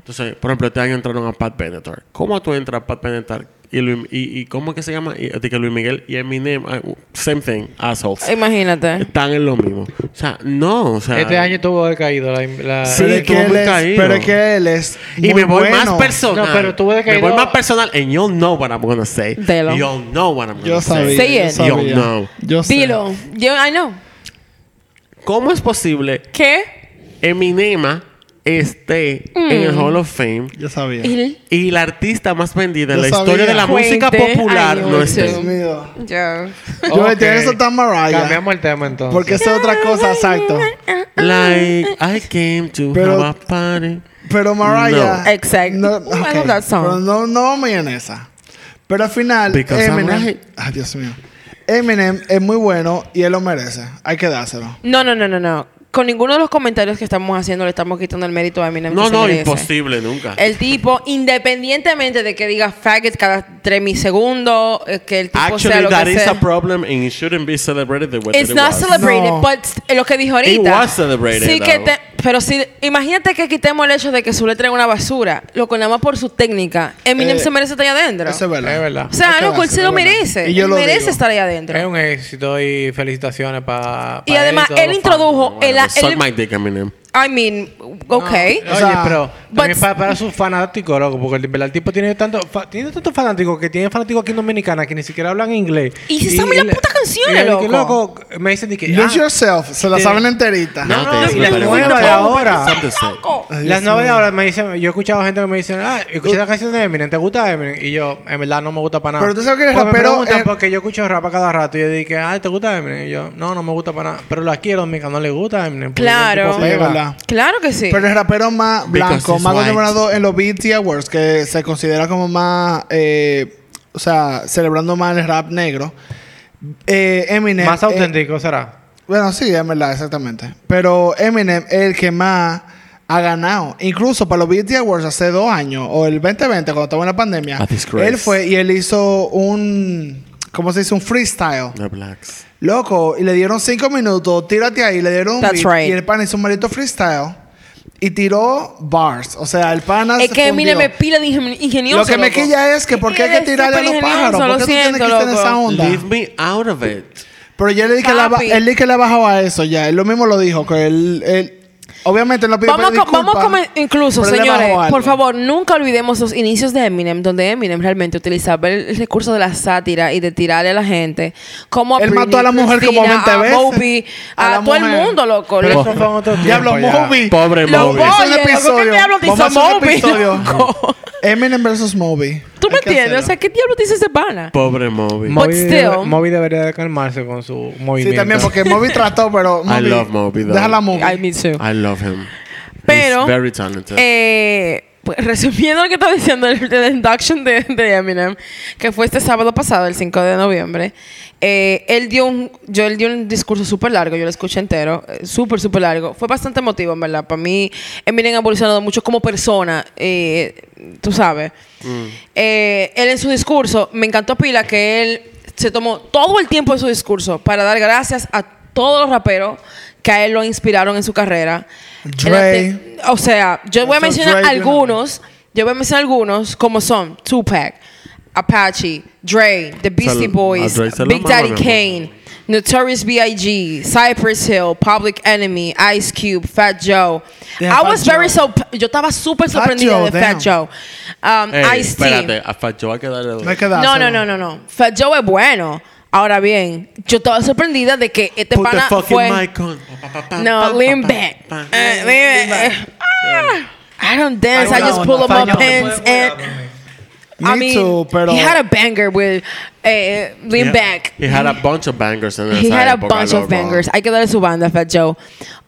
S4: Entonces, por ejemplo, este año entraron a Pat Benatar. ¿Cómo tú entras a Pat Benatar? Y, Luis- y, y ¿cómo es que se llama? Y, de que Luis Miguel y Eminem, ah, same thing, assholes.
S2: Imagínate.
S4: Están en lo mismo. O sea, no, o sea...
S1: Este año tuvo decaído la... la-
S4: Sí,
S3: Pero,
S4: él
S3: es
S4: estuvo
S3: que él
S4: muy
S3: es,
S4: caído.
S3: pero es que él es.
S4: Y
S3: muy
S4: me voy
S3: bueno.
S4: más personal.
S1: No, pero tú ves que
S4: Me
S1: hay
S4: voy
S1: dos-
S4: más personal. And you'll know what I'm gonna say.
S2: Delo.
S4: You'll know what I'm gonna
S3: Yo
S4: say.
S3: sabía.
S2: Say
S3: yo
S2: it.
S3: sabía.
S4: Yo no.
S3: Yo sé.
S2: Dilo. Yo, I know.
S4: ¿Cómo es posible
S2: ¿Qué?
S4: Eminema esté en
S2: Mm.
S4: el Hall of Fame
S3: Yo sabía.
S2: Él.
S4: y la artista más vendida en
S3: Yo
S4: la historia
S3: sabía.
S4: de la
S2: Fuente,
S4: música popular
S2: ay,
S4: no
S2: yo
S4: esté.
S2: sé.
S3: Dios mío.
S2: Yo.
S3: Yo
S1: Ok.
S3: voy a tener eso tan Mariah.
S1: Cambiamos el tema entonces.
S3: Porque eso es otra cosa, exacto.
S4: Like, I came to
S3: Pero-
S4: have a party.
S3: Pero Mariah.
S4: No.
S2: Exacto.
S3: No,
S2: Ooh, I love
S3: ok,
S2: that song.
S3: Pero no, no vamos en esa. Pero al final,
S4: Because I'm
S3: Eminem.
S4: right.
S3: Ay, Dios mío. Eminem es muy bueno y él lo merece. Hay que dárselo.
S2: No, no, no, no, no. Con ninguno de los comentarios que estamos haciendo le estamos quitando el mérito a Eminem. que
S4: No,
S2: se
S4: no,
S2: merece.
S4: imposible nunca.
S2: El tipo, independientemente de que diga faggot cada tres milisegundos, eh, que el tipo sea
S4: Actually,
S2: lo
S4: that
S2: que
S4: is
S2: sea.
S4: a problem and it shouldn't be celebrated the way
S2: It's
S4: that it
S2: not
S4: was.
S2: celebrated,
S3: No.
S2: but eh, lo que dijo ahorita.
S4: It was celebrated,
S2: Sí que
S4: though.
S2: te- pero si, imagínate que quitemos el hecho de que su letra es una basura. Lo que nada más por su técnica. Eminem
S3: Eh,
S2: se merece estar ahí adentro.
S3: Eso es verdad.
S1: Es verdad.
S2: O sea,
S3: Hay que
S2: loco, él se
S3: dárselo,
S2: lo
S3: es verdad.
S2: merece.
S3: Y yo
S2: Él
S3: lo
S2: merece
S3: digo.
S2: estar ahí adentro.
S4: Eh,
S1: Es un éxito y felicitaciones para.
S2: Y además, él introdujo el,
S4: Whatever.
S2: el-
S4: Suck my dick, Eminem.
S2: I mean, okay.
S1: No,
S3: O
S1: oye,
S3: sea,
S1: pero
S2: but-
S1: también para, para sus fanáticos, loco, porque el, verdad, el tipo tiene tanto, fa- tiene tantos fanáticos que tiene fanáticos aquí en Dominicana que ni siquiera hablan inglés.
S2: Y se saben las
S1: le-
S2: putas canciones,
S1: y el
S2: loco.
S1: que, loco, Me dicen de que
S3: Lose
S1: ah,
S3: Yourself, se la
S1: Sí.
S3: saben enterita.
S1: No, no,
S4: te-
S1: y
S4: me
S1: la
S4: parece-
S1: nueva de
S2: Ah.
S1: ahora.
S4: Something to say.
S2: Loco.
S1: las nueve ahora me dicen, yo he escuchado gente que me dice, ah, escuché la canción de Eminem, ¿te gusta Eminem? Y yo, en verdad no me gusta para nada.
S3: Pero tú sabes que eres
S1: Porque me
S3: rapero,
S1: preguntan,
S3: eh,
S1: porque yo escucho rap a cada rato y yo dije, ah, ¿te gusta Eminem? Y yo, no, no me gusta para nada. Pero la quiero, mi no le gusta Eminem. porque
S2: Claro.
S1: el tipo
S3: Sí,
S1: pega.
S3: ¿verdad?
S2: Claro que sí.
S3: Pero el rapero más blanco,
S4: it's
S3: más
S4: white.
S3: contemporáneo en los BT Awards, que se considera como más, eh, o sea, celebrando más el rap negro. Eh, Eminem.
S1: Más
S3: eh,
S1: auténtico será.
S3: bueno, sí, es verdad, exactamente. Pero Eminem es el que más ha ganado. Incluso para los BT Awards hace dos años, o el 2020, cuando estaba en la pandemia,
S4: A disgrace.
S3: él fue y él hizo un, ¿cómo se dice? Un freestyle.
S4: The blacks.
S3: Loco, y le dieron cinco minutos, tírate ahí, le dieron un
S2: That's
S3: beat,
S2: right.
S3: y el pana hizo un maldito freestyle y tiró bars. O sea, el pana
S2: es
S3: se
S2: que
S3: fundió.
S2: Eminem me pila de ingen- ingenioso.
S3: Lo que me
S2: loco.
S3: quilla es que ¿por qué hay que
S2: Eres
S3: tirarle a los
S2: súper
S3: pájaros?
S2: ingenioso,
S3: ¿Por qué
S2: lo
S3: tú tienes que
S2: siento,
S3: estar en esa
S2: loco.
S3: onda?
S4: Leave me out of it.
S3: Pero ya le dije que, la ba-
S2: Papi.
S3: él di que le ha bajado a eso ya. Él lo mismo lo dijo, que él... él- obviamente no pidió
S2: Vamos, a co- vamos a comen- incluso, señores, por favor, nunca olvidemos los inicios de Eminem, donde Eminem realmente utilizaba el, el recurso de la sátira y de tirarle a la gente. Como a
S3: Él
S2: Britney,
S3: mató a la mujer como
S2: Christina,
S3: 20 veces.
S2: A Moby,
S3: A
S2: a,
S3: la
S2: todo el
S3: mujer.
S2: mundo, loco.
S1: Pero
S2: Lo-
S1: eso fue en otro tiempo
S3: Diablo,
S1: ya.
S3: Moby.
S4: Pobre
S2: Los
S4: Moby.
S2: boys.
S3: Vamos a hacer
S2: Oye, ¿por qué diablos te
S3: Vamos a
S2: hizo
S3: hacer un
S2: Moby,
S3: episodio.
S2: loco?
S3: Eminem versus Moby.
S2: ¿Tú me
S3: Hay que
S2: entiendes? O
S3: hacerlo.
S2: sea, ¿qué diablo dice ese pana?
S4: Pobre Moby.
S2: Mo-
S1: Moby,
S2: But
S1: debe-
S2: still.
S1: Moby debería de calmarse con su movimiento.
S3: Sí, también, porque Moby trató, pero... Moby,
S4: love Moby, though.
S3: Déjala Moby.
S2: I mean, too.
S4: I love him.
S2: Pero,
S4: He's very talented.
S2: eh, pues, resumiendo lo que estaba diciendo el, el induction de, de Eminem, que fue este sábado pasado, el 5 de noviembre, eh, él dio un, yo él dio un discurso súper largo, yo lo escuché entero, eh, súper, súper largo. Fue bastante emotivo, en verdad. Para mí, Eminem ha evolucionado mucho como persona, eh, tú sabes. Eh, él en su discurso, me encantó pila que él se tomó todo el tiempo de su discurso para dar gracias a todos los raperos que a él lo inspiraron en su carrera.
S3: Dre.
S2: Él ante- o sea, yo voy a
S3: Eso es
S2: mencionar
S3: Drake,
S2: algunos, yo voy a mencionar algunos como son Tupac, Apache, Dre, The Beastie
S4: Sal-
S2: Boys,
S4: a Dre se lo
S2: Big
S4: mama,
S2: Daddy
S4: mi amor.
S2: Kane, Notorious B.I.G., Cypress Hill, Public Enemy, Ice Cube, Fat Joe.
S3: Damn,
S2: I
S3: Fat
S2: was very so yo estaba súper
S3: Fat
S2: sorprendida
S3: Joe,
S2: de Fat Joe.
S3: damn.
S2: Um,
S4: Ey,
S2: Ice T.
S4: espérate, a Fat Joe hay que darle dos.
S3: No hay que dárselo.
S2: No, no, no, no, no. Fat Joe es bueno. Ahora bien, yo estaba sorprendida de que este
S4: Put the
S2: pana
S4: fucking
S2: fue
S4: mic on.
S2: No, lean back.
S4: pa,
S2: Eh, lean back. Ah, I don't dance. I
S3: Hay una
S2: just
S3: onda,
S2: pull up
S3: falla
S2: my
S3: onda.
S2: pants and I
S3: Me
S2: mean,
S3: too, pero-
S2: he had a banger with eh, lean
S4: Yeah.
S2: back.
S4: He had a bunch of bangers in
S2: He
S4: esa
S2: had a
S4: época,
S2: bunch
S4: loco.
S2: of bangers. Hay que darle su banda, Fat Joe.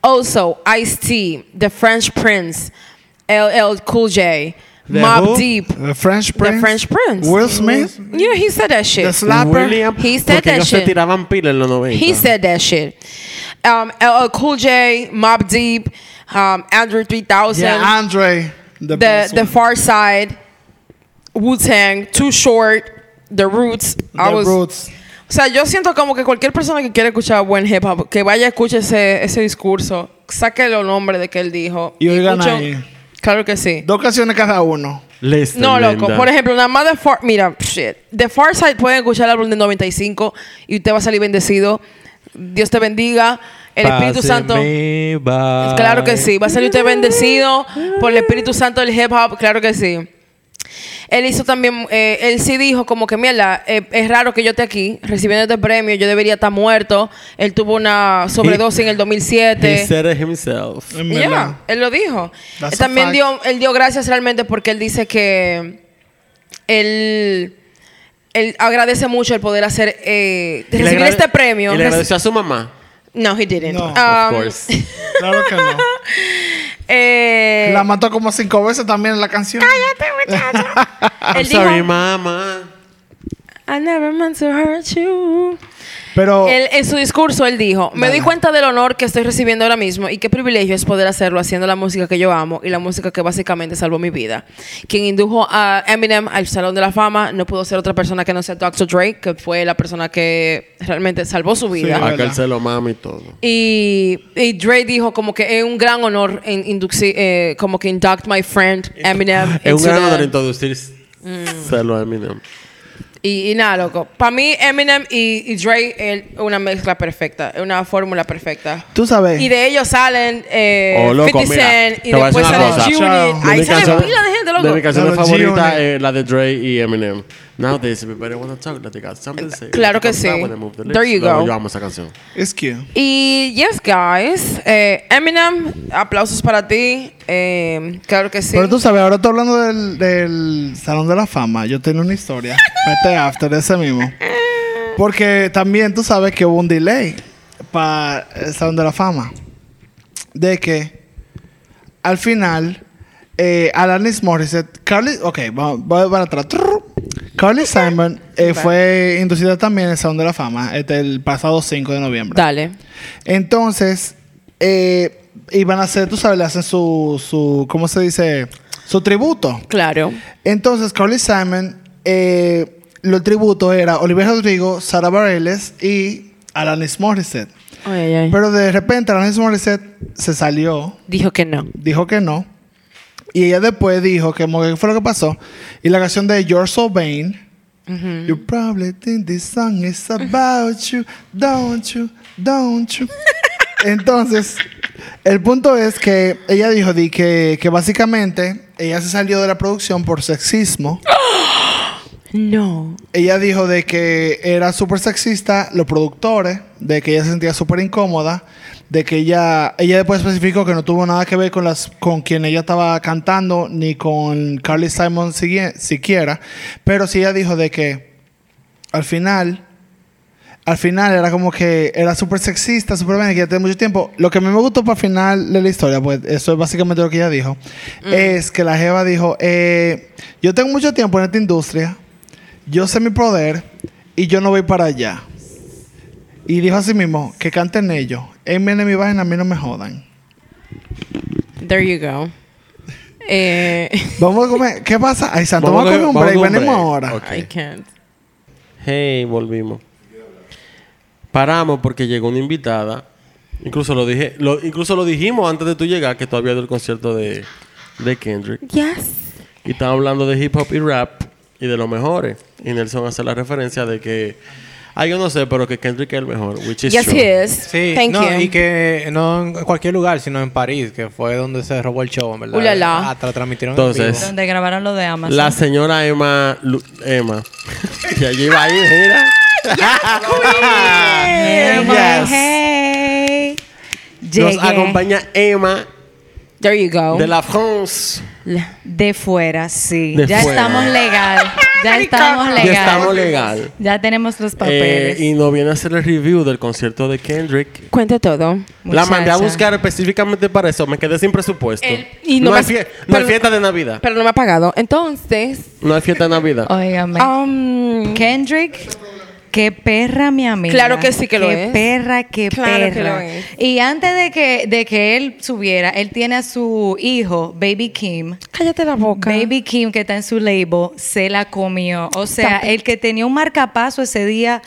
S2: Also, Ice T, The French Prince, LL Cool J,
S4: The
S2: Mob
S4: who?
S2: Deep.
S3: The French Prince.
S2: French Prince.
S3: Will Smith.
S2: Yeah, he said that shit.
S3: The Slapper.
S4: William,
S2: He said
S4: porque
S2: that
S4: ellos
S2: shit.
S4: se tiraban pila en los 90.
S2: He said that shit. Um, LL Cool J, Mob Deep, um, Andrew 3000,
S3: Yeah, Andre. The,
S2: the,
S3: best
S2: the
S3: one.
S2: Far Side, Wu Tang, Too Short, The Roots. I
S3: The
S2: was-
S3: Roots.
S2: O sea, yo siento como que cualquier persona que quiera escuchar buen hip hop, que vaya a escuchar ese, ese discurso, saque los nombres de que él dijo.
S3: Y oigan
S2: escuchen-
S3: ahí.
S2: Claro que sí.
S3: Dos canciones cada uno.
S4: Listen,
S2: No, loco.
S4: linda.
S2: Por ejemplo, nada más de Far... Mira, shit. De Far Side pueden escuchar el álbum del 95 y usted va a salir bendecido. Dios te bendiga. El Espíritu Santo...
S4: Páseme by.
S2: Claro que sí. Va a salir usted bendecido por el Espíritu Santo del hip hop. Claro que sí. Él hizo también, eh, él sí dijo como que, mierda, eh, es raro que yo esté aquí recibiendo este premio, yo debería estar muerto. Él tuvo una sobredosis en el
S4: He
S2: 2007.
S4: said it himself.
S3: En
S2: Ya,
S3: verdad.
S2: él lo dijo.
S3: That's
S2: Él también
S3: a fact.
S2: dio, él dio gracias realmente porque él dice que él, él agradece mucho el poder hacer, eh,
S4: Y le
S2: recibir
S4: agrade-
S2: este premio.
S4: Y le
S2: Reci-
S4: agradeció a su mamá.
S2: No, he didn't.
S3: No. Of
S2: Um,
S4: of course.
S3: Claro que no.
S2: eh,
S3: La mató como cinco veces también en la canción.
S4: I'm
S2: él dijo,
S4: sorry, mamá.
S2: I never meant to hurt you.
S3: Pero
S2: Él, en su discurso, él dijo: Me doy cuenta del honor que estoy recibiendo ahora mismo y qué privilegio es poder hacerlo haciendo la música que yo amo y la música que básicamente salvó mi vida. Quien indujo a Eminem al Salón de la Fama no pudo ser otra persona que no sea Dr. Drake, que fue la persona que realmente salvó su vida.
S3: verdad.
S4: A que él se lo mame y todo.
S2: Y, y Dre dijo como que es un gran honor en inducir, eh, como que induct my friend Eminem.
S4: Es un
S2: into
S4: gran
S2: the- Mm.
S4: honor introducir. Se lo Eminem.
S2: Y, y nada, loco. Para mí, Eminem y, y Dre es una mezcla perfecta. Es una fórmula perfecta.
S3: Tú sabes.
S2: Y de ellos salen eh,
S4: Oh, loco,
S2: 50
S4: mira,
S2: Cent y
S4: te voy a
S2: después
S4: decir una
S2: sale
S4: cosa.
S2: Junior.
S3: Chao.
S4: De
S2: Ahí
S4: mi
S2: salen
S4: canción-
S2: pila de gente,
S4: De mi
S2: loco.
S4: canción
S3: Los
S4: favorita
S3: G-Unit.
S4: es la de Dre y Eminem. Nowadays, everybody wanna talk, that they got something to say.
S2: Claro que sí.
S4: When I move the lips.
S2: There you
S4: Loco,
S2: go.
S4: Yo amo esa canción.
S3: Es que.
S2: Y yes, guys. Eh, Eminem, aplausos para ti. Eh, claro que sí.
S3: Pero tú sabes, ahora estoy hablando del, del Salón de la Fama. Yo tengo una historia. este after, ese mismo. Porque también tú sabes que hubo un delay para el Salón de la Fama. De que al final, eh, Alanis Morissette, Carly, ok, vamos, voy para atrás. Trrr. Carly Simon eh, fue inducida también al Salón de la Fama este, el pasado 5 de noviembre.
S2: Dale.
S3: Entonces, eh, iban a hacer, tú sabes, le hacen su, su, ¿cómo se dice? Su tributo.
S2: Claro.
S3: Entonces, Carly Simon, eh, lo el tributo era Olivia Rodrigo, Sara Bareilles y Alanis Morissette.
S2: Ay, ay, ay.
S3: Pero de repente Alanis Morissette se salió,
S2: Dijo que no.
S3: dijo que no. Y ella después dijo que como que fue lo que pasó. Y la canción de You're So Vain, You probably think this song is about you, don't you, don't you. Entonces, el punto es que ella dijo di que, que básicamente ella se salió de la producción por sexismo.
S2: No.
S3: Ella dijo de que era súper sexista los productores, de que ella se sentía súper incómoda, de que ella, ella después especificó que no tuvo nada que ver con las con quien ella estaba cantando ni con Carly Simon sigui- siquiera, pero sí ella dijo de que al final al final era como que era súper sexista, súper bien, que ya tiene mucho tiempo. Lo que a mí me gustó para el final de la historia, pues eso es básicamente lo que ella dijo, es que la Jeva dijo, eh, yo tengo mucho tiempo en esta industria, yo sé mi poder y yo no voy para allá. Y dijo así mismo, que canten ellos, Eminem mi vaina, a mí no me jodan.
S2: There you go. Eh,
S3: Vamos a comer, ¿qué pasa? Ay, Santo, vamos
S4: Vamos
S3: a
S4: a-
S3: comer un
S4: vamos a
S3: break,
S4: comer un
S3: venimos
S4: break.
S3: ahora.
S4: Ok.
S2: I can't.
S4: Hey, volvimos. Paramos porque llegó una invitada. Incluso lo dije, lo- incluso lo dijimos antes de tú llegar que tú habías ido al concierto de, de Kendrick.
S2: Yes.
S4: Y estábamos hablando de hip hop y rap y de los mejores. Y Nelson hace la referencia de que, ah, yo no sé, pero que Kendrick es el mejor, which is
S2: yes,
S4: true.
S2: he is.
S1: Sí,
S2: Thank
S1: no,
S2: you.
S1: y que no en cualquier lugar, sino en París, que fue donde se robó el show, en verdad.
S2: Ulala.
S1: Hasta lo transmitieron
S4: Entonces,
S1: en vivo.
S5: Donde grabaron lo de Amazon.
S4: La señora Emma, Lu- Emma, que allí iba a ir, mira.
S5: Hey,
S4: Yes.
S5: hey.
S4: Nos
S5: Llegué
S4: acompaña Emma
S2: There you go.
S4: de la France. eh,
S2: La-
S5: de fuera, sí.
S4: De
S5: ya
S4: fuera.
S5: estamos legal. Ya estamos legal.
S4: Ya estamos legal.
S5: Ya tenemos los
S4: Eh,
S5: papeles.
S4: y nos viene a hacer el review del concierto de Kendrick.
S2: Cuente todo.
S4: La mandé a
S5: Muchacha.
S4: buscar específicamente para eso. Me quedé sin presupuesto.
S2: El- y
S4: no,
S2: no
S4: hay
S2: vas-
S4: fie- no
S2: pero-
S4: hay fiesta de Navidad.
S2: Pero no me ha pagado. Entonces,
S4: No hay fiesta de Navidad.
S5: Óigame.
S2: um,
S5: Kendrick, qué perra, mi amiga.
S2: Claro que sí que lo
S5: Qué
S2: es.
S5: perra, qué
S2: Claro
S5: perra.
S2: que lo es.
S5: Y antes de que, de que él subiera, él tiene a su hijo, Baby Kim.
S2: cállate la boca.
S5: Baby Kim, que está en su label, se la comió. O sea, el que tenía un marcapaso ese día,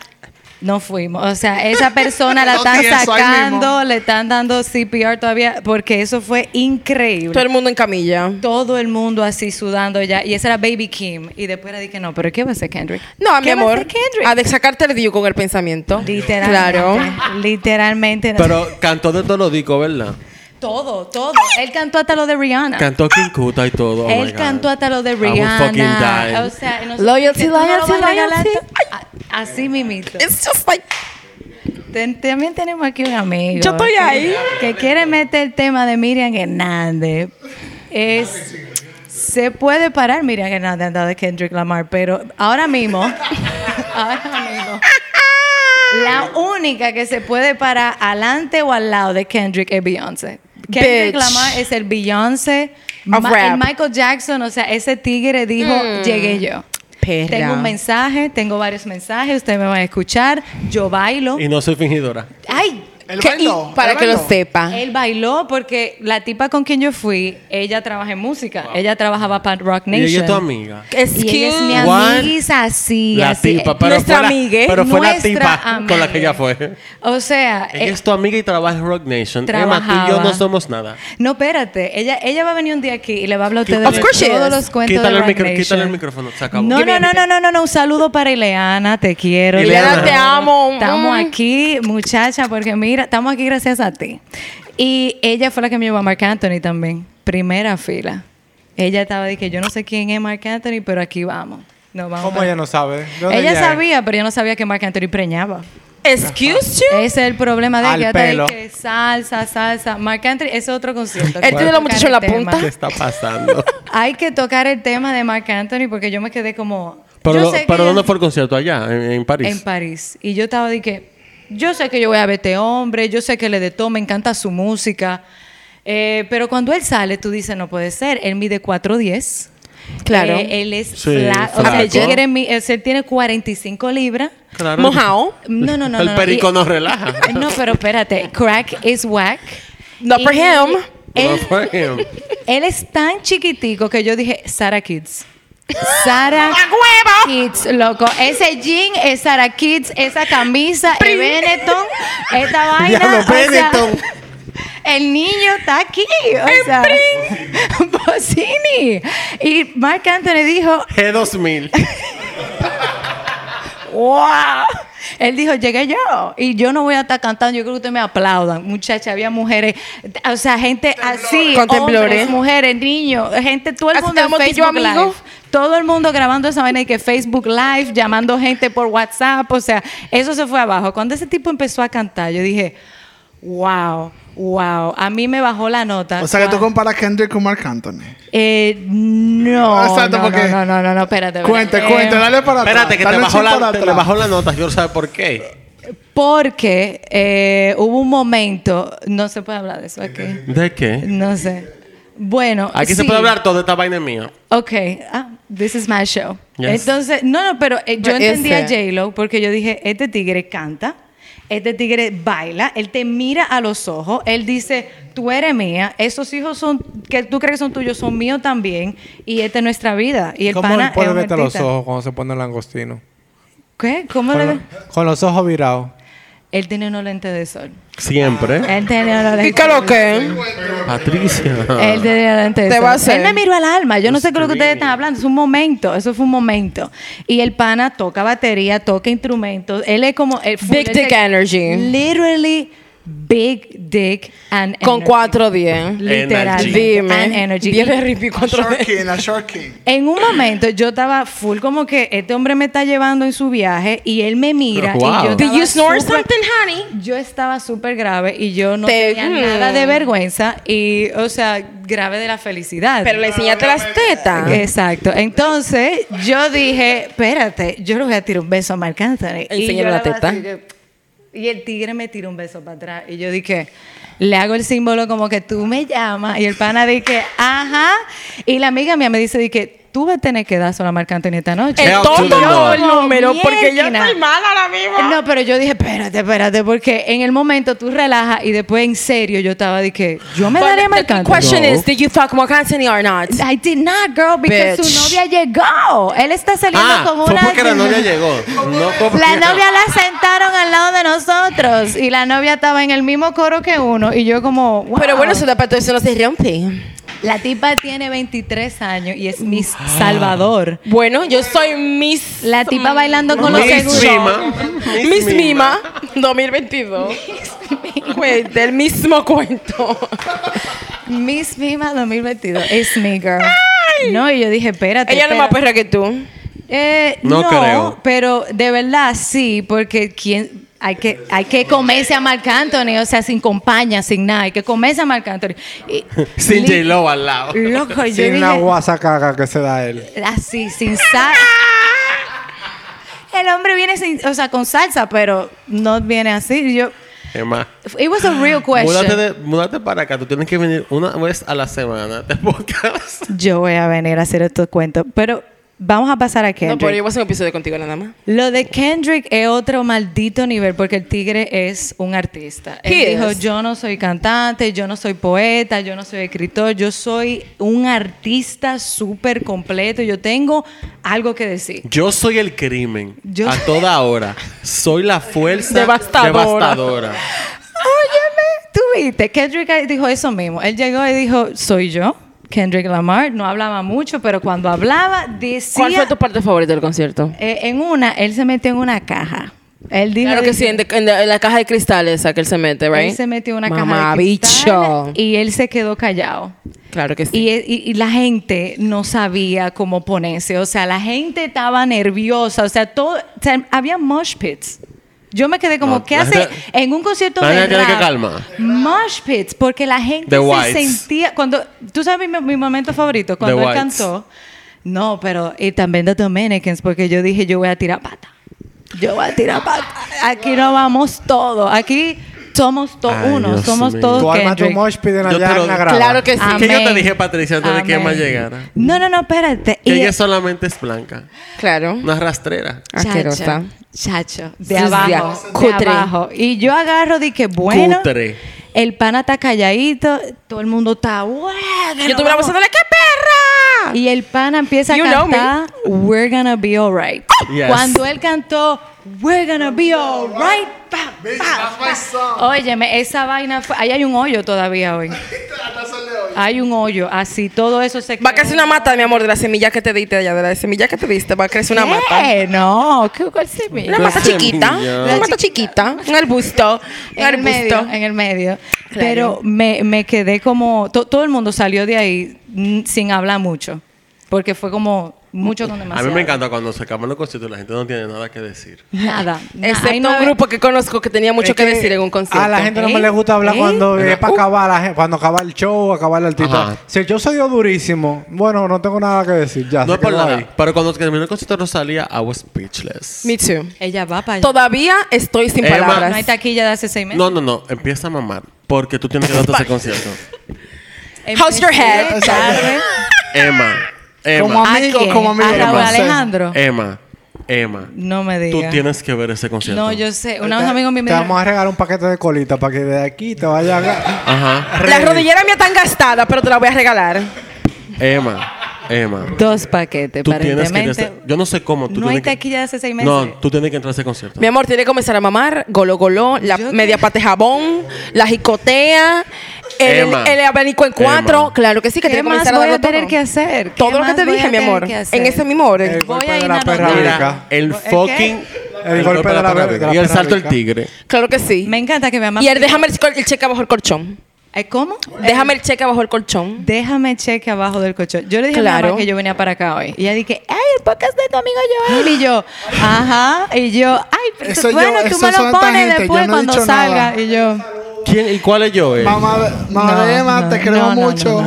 S5: no fuimos. O sea, esa persona la
S3: Lo
S5: están
S3: tieso ahí mismo.
S5: sacando, le están dando CPR todavía, porque eso fue increíble.
S2: Todo el mundo en camilla.
S5: Todo el mundo así sudando ya. Y esa era Baby Kim. Y después le dije, no, pero ¿qué va a ser Kendrick?
S2: No, a mi
S5: ¿Qué va
S2: amor.
S5: ser Kendrick?
S2: A de sacarte el dio con el pensamiento.
S5: Literalmente.
S2: Claro.
S5: Literalmente.
S4: Pero cantó de todo lo discos, ¿verdad?
S5: todo, todo. Él cantó hasta lo de Rihanna.
S4: Cantó King Kuta y todo. Oh my
S5: Ah. Él
S4: God.
S5: cantó hasta lo de
S4: I would fucking die.
S5: Rihanna. O sea, no sé,
S2: Loyalty,
S5: ¿tú no lo vas a
S2: loyalty,
S5: regalar?
S2: loyalty.
S5: A- Así mimito.
S2: It's just like.
S5: Ten- también tenemos aquí un amigo.
S2: Yo estoy
S5: que-
S2: ahí.
S5: Que quiere meter el tema de Miriam Hernández. Es. Se puede parar Miriam Hernández al lado de Kendrick Lamar, pero ahora mismo. ahora mismo. La única que se puede parar adelante o al lado de Kendrick es Beyoncé. Kendrick
S2: Bitch.
S5: Lamar es el Beyoncé.
S2: Of
S5: Ma-
S2: rap. Mm.
S5: el Michael Jackson, o sea, ese tigre dijo, llegué yo.
S2: Perra.
S5: Tengo un mensaje, tengo varios mensajes, ustedes me van a escuchar, yo bailo.
S4: Y no soy fingidora.
S5: Ay,
S3: El
S2: Que- y
S3: bailó,
S2: para
S3: el
S2: que lo
S3: bailó.
S4: Ah.
S2: sepa.
S5: Él bailó porque la tipa con quien yo fui, ella trabaja en música. Ella trabajaba para Rock
S4: Y
S5: Nation.
S4: ella es tu amiga.
S5: Y ella es mi
S4: Excuse- What?
S5: amiguis así.
S4: La
S5: así.
S4: tipa, pero
S2: nuestra
S4: fue la,
S2: amiga,
S4: pero fue la
S5: nuestra
S4: tipa con la
S5: amiga. Eh,
S4: que ella fue.
S5: O sea,
S4: Ella
S5: eh,
S4: es tu amiga y trabaja en Rock Nation. Emma, tú y yo
S5: Trabajaba.
S4: no somos nada.
S5: no, espérate. Ella, ella va a venir un día aquí y le va a hablar a ustedes
S2: Of
S5: de
S2: course she
S5: todos
S2: is.
S5: los cuentos
S4: Quítale
S5: de
S4: el
S5: Rock
S4: micro-
S5: Nation.
S4: quítale el micrófono, se acabó.
S5: No,
S4: Give
S5: no, no, no, no, no, no. Un saludo para Ileana. Te quiero.
S2: Ileana,
S5: Ileana.
S2: te amo.
S5: Estamos
S2: Ay.
S5: aquí, muchacha, porque mira, estamos aquí gracias a ti. Y ella fue la que me llevó a Marc Anthony también. Primera fila. Ella estaba de que yo no sé quién es Marc Anthony, pero aquí vamos. Nos vamos
S1: ¿Cómo
S5: para-
S1: ella no sabe? ¿De dónde
S5: Ella
S1: es?
S5: sabía, pero yo no sabía que Marc Anthony preñaba.
S2: Excuse you.
S5: Ese es el problema de
S1: Al
S5: ella. está de
S1: pelo.
S5: que salsa, salsa. Marc Anthony es otro concierto.
S2: Él tiene la muchacha en la punta.
S4: ¿Qué está pasando?
S5: Hay que tocar el tema de Marc Anthony porque yo me quedé como.
S4: pero
S5: yo
S4: lo-
S5: sé que
S4: pero
S5: yo-
S4: ¿dónde fue el concierto? Allá, en, en París.
S5: En París. Y yo estaba de que. Yo sé que yo voy a ver este hombre, yo sé que le de todo, me encanta su música. Eh, pero cuando él sale, tú dices, no puede ser. Él mide 4'10.
S2: Claro.
S5: Eh, él es
S4: Sí,
S5: flaco. O sea, él
S4: flaco.
S5: quiere mi- o sea, él tiene 45 libras.
S4: Claro.
S2: Mojao.
S5: No, no, no.
S4: el
S5: no, no.
S4: perico
S5: Y-
S4: nos relaja.
S5: No, pero espérate. Crack is whack.
S2: Not for
S5: Y
S2: him.
S5: Él,
S4: Por ejemplo.
S5: él es tan chiquitico que yo dije, Sara Kids. Sara Kids, loco. Ese jean es Sara Kids, esa camisa es Benetton, esta vaina.
S4: Diablo,
S5: o sea,
S4: Benetton.
S5: el niño está aquí. O sea, Bocini. Y Mark Anthony dijo,
S4: G2000.
S5: ¡Wow! Él dijo, llegué yo. Y yo no voy a estar cantando, yo creo que ustedes me aplaudan. Muchacha, había mujeres, o sea, gente así,
S2: Con temblores.
S5: hombres, mujeres, niños, gente, todo el
S2: Así
S5: mundo en
S2: estamos tú y yo,
S5: Facebook
S2: amigo.
S5: Live. Todo el mundo grabando esa vaina y que Facebook Live, llamando gente por WhatsApp, o sea, eso se fue abajo. Cuando ese tipo empezó a cantar, yo dije, wow, wow, a mí me bajó la nota.
S3: O sea, que tú
S5: Wow.
S3: comparas Kendrick con Mark Anthony.
S5: Eh, no,
S3: Exacto,
S5: no,
S3: porque-
S5: no, no, no, no, no, espérate. espérate.
S3: Cuente,
S5: Eh,
S3: cuente, dale para atrás.
S4: Espérate, que te
S3: dale un
S4: bajó,
S3: chin
S4: la,
S3: para
S4: te le
S3: atrás.
S4: bajó la nota. Yo no sabe por qué.
S5: Porque eh, hubo un momento, no se puede hablar de eso aquí.
S4: ¿De qué?
S5: No sé. Bueno,
S4: Aquí se
S5: sí.
S4: puede hablar todo de esta vaina mía.
S5: Ok, ah, this is my show.
S4: Yes.
S5: Entonces, no, no, pero eh, yo
S2: Pero
S5: entendí a
S2: ese-
S5: J-Lo porque yo dije, este tigre canta, este tigre baila, él te mira a los ojos, él dice, tú eres mía, esos hijos son que tú crees que son tuyos son míos también y esta es nuestra vida y el
S1: ¿Cómo
S5: pana
S1: él puede
S5: es un
S1: verte a los
S5: artista.
S1: ojos cuando se pone el langostino?
S5: ¿Qué? ¿Cómo le
S1: Con,
S5: ve?
S1: lo- con los ojos virados.
S5: Él tiene unos lentes de sol.
S4: Siempre.
S5: Él tiene unos lentes.
S2: ¿Y qué lo que?
S5: Ah.
S4: Patricia.
S5: Él te dio delante de
S2: Te
S5: eso.
S2: va a hacer.
S5: Él me miró al alma. Yo no sé qué es lo que ustedes están hablando. Es un momento. Eso fue un momento. Y el pana toca batería, toca instrumentos. Él es como... el full,
S2: Big
S5: él
S2: dick
S5: se-
S2: energy.
S5: Literally big dick and
S2: Con
S5: energy.
S2: 410.
S5: Literal.
S4: Energy.
S5: And
S2: Dime.
S5: energy.
S2: Viene de Ripi
S3: Short
S2: 410.
S3: King, la Short King.
S5: En un momento yo estaba full como que este hombre me está llevando en su viaje y él me mira
S4: Wow.
S5: y yo
S4: Did
S5: estaba
S2: you snore
S5: súper-
S2: something, honey?
S5: Yo estaba súper grave y yo no
S2: Te-
S5: tenía
S2: mm.
S5: nada de vergüenza y, o sea, grave de la felicidad.
S2: Pero le enseñaste las tetas.
S5: Exacto. Entonces, yo dije, espérate, yo le voy a tirar un beso a Marc Anthony. Y
S2: Enséñale
S5: yo le
S2: la
S5: hago
S2: teta.
S5: así que- Y el tigre me tiró un beso para atrás. Y yo dije, le hago el símbolo como que tú me llamas. Y el pana dije, ajá. Y la amiga mía me dice, dije, tú vas a tener que dar solo a Marc Anthony esta noche.
S2: El
S4: Shout to the
S2: tonto
S4: Lord.
S2: el número, porque ya
S5: Mierda.
S2: está mal ahora mismo.
S5: No, pero yo dije, espérate, espérate, porque en el momento tú relajas y después en serio yo estaba, dije, yo me
S2: But
S5: daré a
S2: the-
S5: Marc
S2: the
S5: Anthony.
S2: question is, did you fuck Mark Anthony or not?
S5: I did not, girl, because
S2: Bitch.
S5: su novia llegó. Él está saliendo
S4: Ah,
S5: con
S4: fue
S5: una.
S4: porque la novia llegó. No fue porque-
S5: La novia la sentaron al lado de nosotros y la novia estaba en el mismo coro que uno y yo como, wow.
S2: Pero bueno, su departamento no se rompe.
S5: la tipa tiene 23 años y es Miss Salvador.
S2: Bueno, yo soy Miss.
S5: La tipa bailando con los
S4: Miss
S5: seguros.
S4: Mima.
S2: Miss Mima 2022. Güey, del mismo cuento.
S5: Miss Mima 2022. Es mi girl. No, y yo dije, espérate.
S2: Ella no es más perra
S5: espérate.
S2: que tú.
S5: Eh,
S4: No
S5: no,
S4: creo.
S5: pero de verdad sí, porque quién hay que hay que comerse a Marc Anthony, o sea, sin compañía, sin nada, hay que comerse a Marc Anthony. Y-
S4: Sin
S5: li-
S4: J-Lo al lado.
S5: Loco, Pues yo
S1: Sin la
S5: dije,
S1: guasa caga que se da él.
S5: así, sin sal. El hombre viene sin, o sea, con salsa, pero no viene así. Y Yo
S4: Emma.
S5: It was a real
S4: Múdate,
S5: question.
S4: de- múdate para acá. Tú tienes que venir una vez a la semana. Te podcast.
S5: Yo voy a venir a hacer estos cuentos, este pero Vamos a pasar a
S2: No,
S5: Kendrick.
S2: pero yo voy a hacer un episodio contigo nada más.
S5: Lo de Kendrick es otro maldito nivel porque el tigre es un artista. Él
S2: He
S5: dijo,
S2: is.
S5: yo no soy cantante, yo no soy poeta, yo no soy escritor, yo soy un artista súper completo, yo tengo algo que decir.
S4: Yo soy el crimen.
S5: Yo-
S4: A toda hora. Soy la fuerza
S2: Devastadora.
S4: devastadora.
S5: Óyeme, tú viste, Kendrick ahí dijo eso mismo. Él llegó y dijo, soy yo, Kendrick Lamar. No hablaba mucho, pero cuando hablaba decía...
S2: ¿Cuál fue tu parte favorita del concierto?
S5: Eh, en una, él se metió en una caja. Él dijo...
S2: Claro que
S5: dice,
S2: sí, en, de- en la- en la caja de cristales esa que él se mete, ¿right?
S5: Él se metió en una caja de
S2: Mamabicho.
S5: cristal y él se quedó callado.
S2: Claro que sí.
S5: Y, e, y- y la gente no sabía cómo ponerse. O sea, la gente estaba nerviosa. O sea, todo, o sea, había mosh pits. Yo me quedé como,
S4: No,
S5: ¿qué
S4: la
S5: hace
S4: gente-
S5: en un concierto
S4: la
S5: de
S4: gente tiene que
S5: rap?
S4: calmar.
S5: Mosh pits, porque la gente
S4: The
S5: se
S4: Whites.
S5: sentía... Cuando, ¿Tú sabes mi, mi momento favorito? Cuando
S4: The
S5: él
S4: Whites.
S5: cantó. No, pero... Y también The Dominicans, porque yo dije, yo voy a tirar pata. Yo voy a tirar pata. Aquí no vamos todos. Aquí somos todos
S4: Ay,
S5: uno.
S4: Dios
S5: somos
S4: mío.
S5: todos
S4: Tú
S1: Tu alma, tu
S5: Kendrick.
S1: mosh piden
S4: Yo te
S1: allá
S4: lo-
S1: en la grava.
S2: Claro que sí.
S4: ¿Qué yo te
S5: Amén.
S4: dije, Patricia, antes de que Emma
S5: Amén.
S4: llegara?
S5: No, no, no, espérate.
S4: Que
S5: Y-
S4: ella solamente es blanca.
S2: Claro.
S4: Una rastrera.
S5: Chacho,
S2: Asquerosa.
S5: Chacho. De
S2: Sucia,
S5: abajo.
S2: cutre.
S5: De abajo. Y yo agarro de que, bueno,
S4: Cutre.
S5: el pana está calladito, todo el mundo está, bueno.
S2: Yo estuviera
S5: vamos".
S2: pensándole, ¡qué perra!
S5: Y el pana empieza a
S2: You know me.
S5: cantar, we're gonna be alright.
S4: Yes.
S5: Cuando él cantó, we're gonna be alright. Pa, pa, pa. Óyeme, esa vaina fue, ahí hay un hoyo todavía hoy. Hay un hoyo, así, todo eso se
S2: Va a crecer
S5: quedó.
S2: una mata, mi amor, de la semilla que te diste allá, de la semilla que te diste, va a crecer una mata.
S5: ¿Qué? No, ¿qué cuál se ve?
S2: Una mata
S4: semilla.
S2: chiquita, una
S5: La
S2: mata chiquita, un arbusto, un
S5: en el medio,
S2: arbusto.
S5: en el medio.
S2: Claro.
S5: Pero me, me quedé como, to- todo el mundo salió de ahí mm, sin hablar mucho, porque fue como mucho con demasiado.
S4: A mí me encanta cuando se acaban los conciertos y la gente no tiene nada que decir.
S5: Nada. Ahí
S2: Excepto
S5: no
S2: un
S5: había-
S2: grupo que conozco que tenía mucho
S1: Es
S2: que, decir en un concierto.
S1: A la gente no me
S5: ¿Eh?
S1: le gusta hablar
S5: ¿Eh?
S1: cuando es
S2: uh.
S1: para acabar, la gen- cuando acaba el show, acaba el artista.
S4: Ajá.
S1: Si el show se dio durísimo, bueno, no tengo nada que decir. Ya,
S4: No
S1: se
S4: es por
S1: quedó
S4: nada.
S1: ahí.
S4: Pero cuando terminó el concierto de Rosalía, I was speechless.
S2: Me too.
S5: Ella va para allá.
S2: Todavía estoy sin
S4: Emma.
S5: No hay
S2: palabras.
S5: taquilla de hace seis meses.
S4: No, no, no. Empieza a mamar. Porque tú tienes que darte ese concierto.
S2: How's your head?
S5: Empecé tarde.
S4: Emma.
S1: Como
S4: Emma.
S5: ¿A
S1: amigo,
S5: quién?
S1: como amigo.
S5: ¿A Raúl
S1: Emma.
S5: Alejandro?
S4: Emma. Emma.
S5: No me
S4: Eh, Tú
S5: digas.
S4: tienes que ver ese concierto.
S5: No, yo sé. Unos
S1: Te-
S5: amigos míos me
S1: Te vamos
S5: dijeron,
S1: a regalar un paquete de colita para que de aquí te vaya a...
S4: Ajá.
S2: La rodillera mía tan gastada, pero te la voy a regalar.
S4: Emma. Emma.
S5: dos paquetes,
S4: Tú tienes que ir a
S5: aparentemente.
S4: ese- Yo no sé cómo. Tú
S5: No hay
S4: tienes que-
S5: taquilla de hace seis meses.
S4: No, tú tienes que entrar a ese concierto.
S2: Mi amor, tiene que comenzar a mamar, golo golo, la
S5: Yo-
S2: media pata de jabón, la jicotea, el,
S4: Emma.
S2: el abanico en cuatro.
S4: Emma.
S2: Claro que sí, que
S5: ¿Qué
S2: tiene que
S5: más
S2: comenzar a
S5: voy
S2: darlo
S5: a tener
S2: todo.
S5: que hacer? ¿Qué
S2: Todo lo que
S5: más
S2: te
S5: voy a
S2: dije, mi
S5: tener
S2: amor,
S5: que hacer?
S2: en ese mismo orden.
S1: El golpe
S5: a ir
S1: de la
S5: a
S1: perra
S5: anotar.
S1: rica.
S4: Mira, el
S5: ¿El qué?
S4: fucking.
S1: El golpe de la
S4: perra
S1: verga,
S4: rica.
S1: la
S4: Y el
S1: perra
S4: salto del
S1: rica.
S4: tigre.
S2: Claro que sí.
S5: Me encanta que mi mamá.
S2: Y él déjame el, col- el cheque abajo el colchón.
S5: Eh, ¿Cómo?
S2: Déjame el cheque abajo el colchón.
S5: Déjame cheque abajo del colchón. Yo le dije a mi
S2: Claro.
S5: mamá que yo venía para acá hoy. Y ella dije, ¡ay, el podcast de tu amigo Joel! Y yo, ajá. Y yo, ¡ay, pero
S3: Eso yo-
S5: bueno, tú
S3: eso
S5: me
S3: son
S5: lo
S3: esta
S5: pones
S3: gente, yo
S5: después
S3: no he
S5: cuando
S3: dicho
S5: salga!
S3: nada.
S5: Y yo,
S4: ¿Quién y cuál es Joel?
S3: Mamá, mamá de Emma, te creo
S5: no, no,
S3: mucho.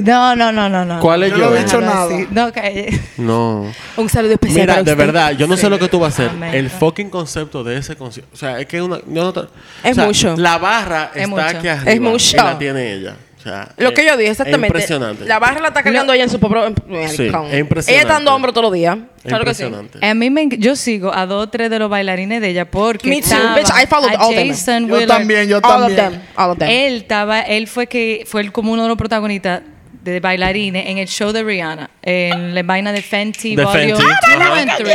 S5: No, no, no, no, no, no, no.
S4: ¿Cuál es
S3: Yo no he
S4: Joel?
S3: dicho
S5: Déjalo
S3: nada.
S5: así. No, calle.
S4: No.
S2: Un saludo especial
S4: Mira,
S2: para
S4: de
S2: Pues usted.
S4: verdad, yo no sé lo que tú vas a hacer.
S5: Amén.
S4: El fucking concepto de ese concierto. O sea, es que una, yo no te-
S2: Es
S4: o sea,
S2: mucho.
S4: La barra
S5: Es
S4: está
S5: mucho.
S4: aquí arriba.
S2: Es mucho.
S4: Y la tiene ella. O sea,
S2: Lo
S4: es-
S2: que yo dije, exactamente.
S4: eh, Es impresionante.
S2: La barra la está cargando ella en su propio...
S4: Sí,
S2: Maricón.
S4: es impresionante.
S2: Ella está dando hombro todos los días.
S4: Es
S2: Claro que sí.
S4: impresionante.
S5: A mí me, enc- yo sigo a dos o tres de los bailarines de ella porque
S2: Me too,
S5: estaba
S2: bitch, I followed
S5: a
S2: all them.
S5: Jason
S3: Yo
S5: Willard.
S3: también, yo
S2: All of
S3: también.
S2: them. All of them.
S5: Él estaba, él fue que fue el- como uno de los protagonistas de bailarines en el show de Rihanna, en la vaina de Fenty
S4: De
S5: Volume
S4: Fenty,
S5: Two
S2: Oh
S4: ajá.
S5: and Three.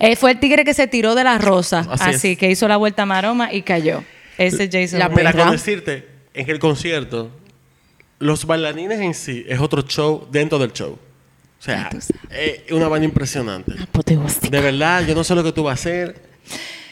S5: Él fue el tigre que se tiró de la rosa,
S4: Así
S5: así,
S4: es.
S5: que hizo la vuelta maroma y cayó. Ese Jason
S2: La
S5: Willard.
S4: Mira,
S2: perra.
S4: con decirte, en el concierto, los bailarines en sí es otro show dentro del show. O sea, es una banda impresionante.
S2: Apoteósico.
S4: De verdad, yo no sé lo que tú vas a hacer.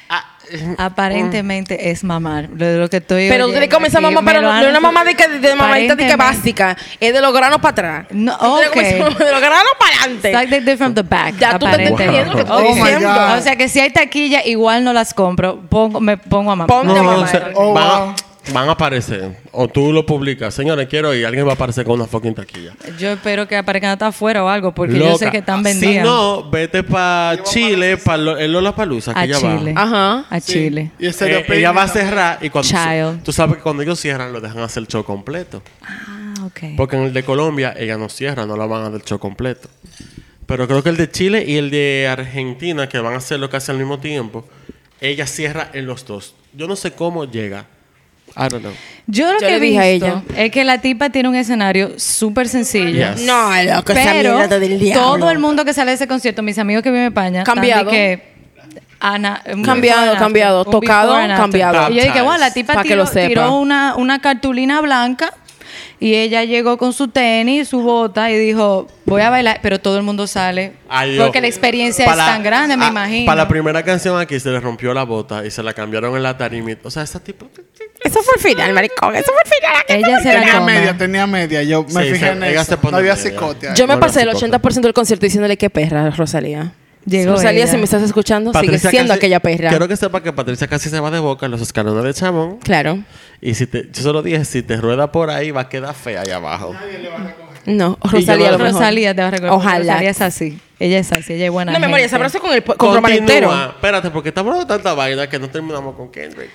S4: Ah,
S5: Aparentemente es mamar, lo de lo que estoy
S2: Pero tú tienes que comenzar a mamar, pero no no es una mamá de, que, de mamadita de que básica. Es de los granos para atrás.
S5: No,
S2: Tú tienes que
S5: ok.
S2: comenzar De los granos para
S5: Like
S2: adelante.
S5: they did from the back.
S2: Ya tú te estás
S5: aparentemente.
S2: entendiendo lo que te estoy
S3: Oh my
S2: diciendo.
S3: God.
S5: O sea que si hay taquilla, igual no las compro. Pongo, me pongo a mamar.
S2: Ponte
S4: No,
S2: a
S4: no,
S2: mamar.
S4: o sea,
S3: Oh,
S4: van,
S3: wow.
S4: a, van a aparecer. O tú lo publicas. Señores, quiero ir. Alguien va a aparecer con una fucking taquilla.
S5: Yo espero que aparezcan hasta afuera o algo, porque yo
S4: Loca.
S5: sé que están
S4: Si
S5: vendidas
S4: no, vete para Chile, para el Lola Palusa, que
S5: a
S4: ya
S5: Chile.
S4: va.
S2: Ajá.
S5: A Chile.
S3: Y ese
S4: Eh,
S3: depende
S4: ella va a
S3: también.
S4: cerrar y cuando
S5: Child.
S4: tú sabes que cuando ellos cierran lo dejan hacer el show completo
S5: Ah, ok.
S4: porque en el de Colombia ella no cierra no la van a hacer el show completo Pero creo que el de Chile y el de Argentina, que van a hacerlo casi al mismo tiempo, ella cierra en los dos. Yo no sé cómo llega. I don't know.
S5: Yo lo
S2: Yo
S5: que
S2: le
S5: he
S2: dije
S5: visto
S2: a
S5: es que la tipa tiene un escenario súper sencillo.
S4: Yes.
S2: No, loco, esa
S5: Pero
S2: mierda del diablo.
S5: todo el mundo que sale de ese concierto, mis amigos que viven en España, están de
S2: Cambiado.
S5: que Ana,
S2: Cambiado,
S5: un before and after,
S2: cambiado,
S5: un
S2: tocado,
S5: before and after.
S2: cambiado.
S5: Y yo dije, wow, la
S2: Pa'
S5: tipa
S2: que lo
S5: tiró,
S2: sepa.
S5: tiró una, una cartulina blanca y ella llegó con su tenis, su bota y dijo, voy a bailar, pero todo el mundo sale.
S4: Ay,
S5: porque
S4: yo-
S5: la experiencia
S4: para-
S5: es tan grande, me
S4: a-
S5: imagino.
S4: Para la primera canción aquí se le rompió la bota y se la cambiaron en la tarima. O sea, esta tipo.
S2: Eso fue el final, maricón. Eso fue el final.
S4: Eh,
S5: ella se la
S3: Tenía
S5: toma.
S3: media, tenía media. Yo me
S4: Sí,
S3: fijé
S4: se-
S3: en
S4: ella se
S3: eso.
S4: pone
S3: No había
S4: media.
S3: psicote. ahí.
S2: Yo me
S4: Bueno,
S2: pasé el
S4: sí,
S2: 80% del concierto diciéndole qué perra, Rosalía.
S5: Llegó
S2: Rosalía,
S5: ella.
S2: si me estás escuchando, sigue siendo
S4: casi-
S2: aquella perra.
S4: Quiero que sepa que Patricia casi se va de boca en los escalones de Chamón.
S2: Claro.
S4: Y si te, yo solo dije, si te rueda por ahí, va a quedar fea ahí abajo.
S2: No,
S4: yo
S2: Rosalía
S4: no-
S2: a lo mejor.
S5: Rosalía te va a recordar.
S2: Ojalá.
S5: Rosalía es así. Ella es así, ella es buena.
S2: No, mi amor, ya se
S5: gente.
S2: abrazó con, el, po- con Román entero.
S4: Continúa. Espérate, porque estamos hablando de tanta vaina que no terminamos con Kendrick.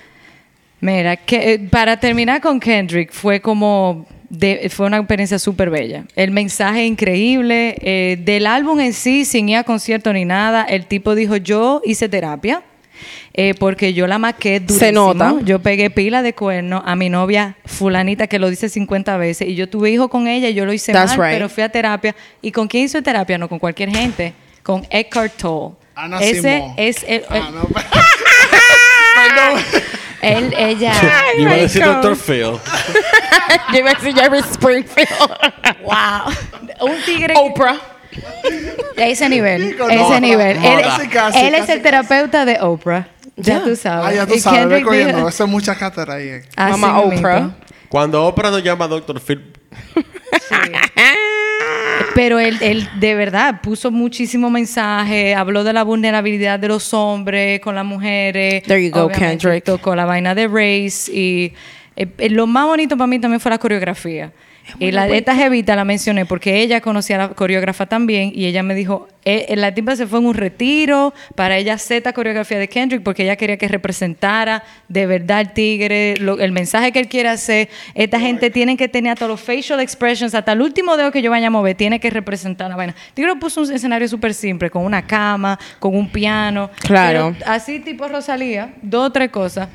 S5: Mira, que, eh, para terminar con Kendrick, fue como. de- fue una experiencia súper bella. El mensaje increíble. eh, del álbum en sí, sin ir a concierto ni nada, el tipo dijo: Yo hice terapia. eh, porque yo la maqué durísimo.
S2: Se nota.
S5: Yo pegué pila de cuerno a mi novia fulanita que lo dice 50 veces y yo tuve hijo con ella y yo lo hice
S2: That's
S5: mal,
S2: right.
S5: pero fui a terapia. ¿Y con quién hizo terapia? No, con cualquier gente. Con Eckhart Tolle.
S3: Ana
S5: Ese
S3: Simó.
S5: es el...
S3: Ah, no,
S5: él, ella...
S4: Yo iba a
S2: my
S4: decir
S2: God.
S4: Dr. Phil.
S2: Yo iba a decir Jerry Springfield.
S5: Wow. Un tigre
S2: Oprah.
S5: a ese nivel.
S3: Chico,
S5: a ese
S3: no,
S5: nivel.
S3: no,
S5: él
S3: casi, casi,
S5: él es
S3: casi,
S5: el terapeuta de Oprah. Ya,
S2: Ya.
S5: tú sabes.
S3: Ah, ya tú
S5: Y
S3: sabes, ve
S5: Kendrick
S3: cogiendo.
S5: dijo-
S3: Eso es mucha cátedra ahí. eh.
S5: Así
S2: Mamá
S5: mismito.
S2: Oprah.
S4: Cuando Oprah nos llama Dr. Phil,
S5: Pero él, él de verdad puso muchísimo mensaje, habló de la vulnerabilidad de los hombres con las mujeres.
S2: There you go,
S5: Obviamente,
S2: Kendrick.
S5: Tocó la vaina de race y eh, eh, lo más bonito para mí también fue la coreografía. Y la, esta jevita la mencioné porque ella conocía a la coreógrafa también y ella me dijo, eh, eh, la tipa se fue en un retiro para ella hacer esta coreografía de Kendrick porque ella quería que representara de verdad el tigre, lo- el mensaje que él quiere hacer. Esta gente tiene que tener todos los facial expressions, hasta el último dedo que yo vaya a mover, tiene que representar la vaina. Tigre puso un escenario súper simple, con una cama, con un piano.
S2: Claro.
S5: Pero así tipo Rosalía, dos o tres cosas.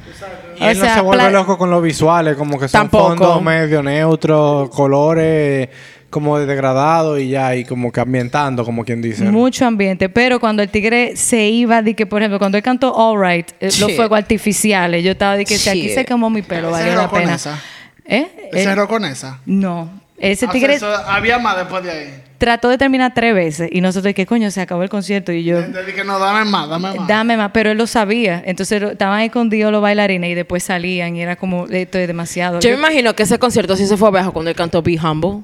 S6: Y él no se vuelve
S5: pla-
S6: loco con los visuales, como que son
S2: Tampoco.
S6: fondos medio neutros, colores como degradados y ya, y como que ambientando, como quien dice.
S5: Mucho ambiente, pero cuando el tigre se iba, di que, por ejemplo, cuando él cantó All Right, eh, los
S2: Shit.
S5: fuegos artificiales, yo estaba de que si aquí
S2: Shit.
S5: se quemó mi pelo,
S3: Ese
S5: valió
S3: era
S5: la
S3: con
S5: pena.
S3: esa.
S5: ¿Eh?
S3: ¿Él
S5: Él-
S3: cerró con esa?
S5: no, ese
S3: Ah,
S5: tigre
S3: o sea, eso- había más después de ahí.
S5: trató de terminar tres veces y nosotros, ¿qué coño? Se acabó el concierto y yo,
S3: Entonces dije, no, dame más, dame más.
S5: dame más, pero él lo sabía, entonces lo- estaban escondidos los bailarines y después salían y era como, esto es demasiado.
S2: Yo me
S5: Yo-
S2: imagino que ese concierto sí se fue abajo cuando él cantó Be Humble.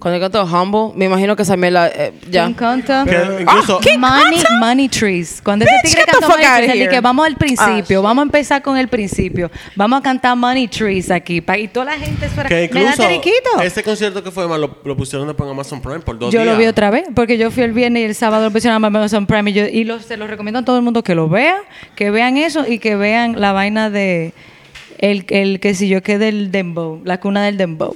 S2: Cuando él cantó Humble, me imagino que esa mierda eh, ya.
S5: ¿Quién canta?
S2: ah,
S4: que incluso
S5: Money, money trees. Cuando ese
S2: Bitch,
S5: tigre
S2: get the
S5: cantó
S2: fuck
S5: money
S2: outta
S5: trees, él
S2: here.
S5: dije, vamos al principio,
S2: Ah,
S5: vamos a empezar con el principio. Vamos a cantar money trees aquí. pa- Y toda la gente suena.
S4: que
S5: ¿Me da
S4: incluso
S5: teriquito?
S4: ese concierto que fue más lo, lo pusieron después en Amazon Prime por dos
S5: Yo
S4: días.
S5: lo vi otra vez, porque yo fui el viernes y el sábado lo pusieron a Amazon Prime y, yo, y lo- se lo recomiendo a todo el mundo que lo vea, que vean eso y que vean la vaina de el, el que si yo que del Dembow, la cuna del Dembow.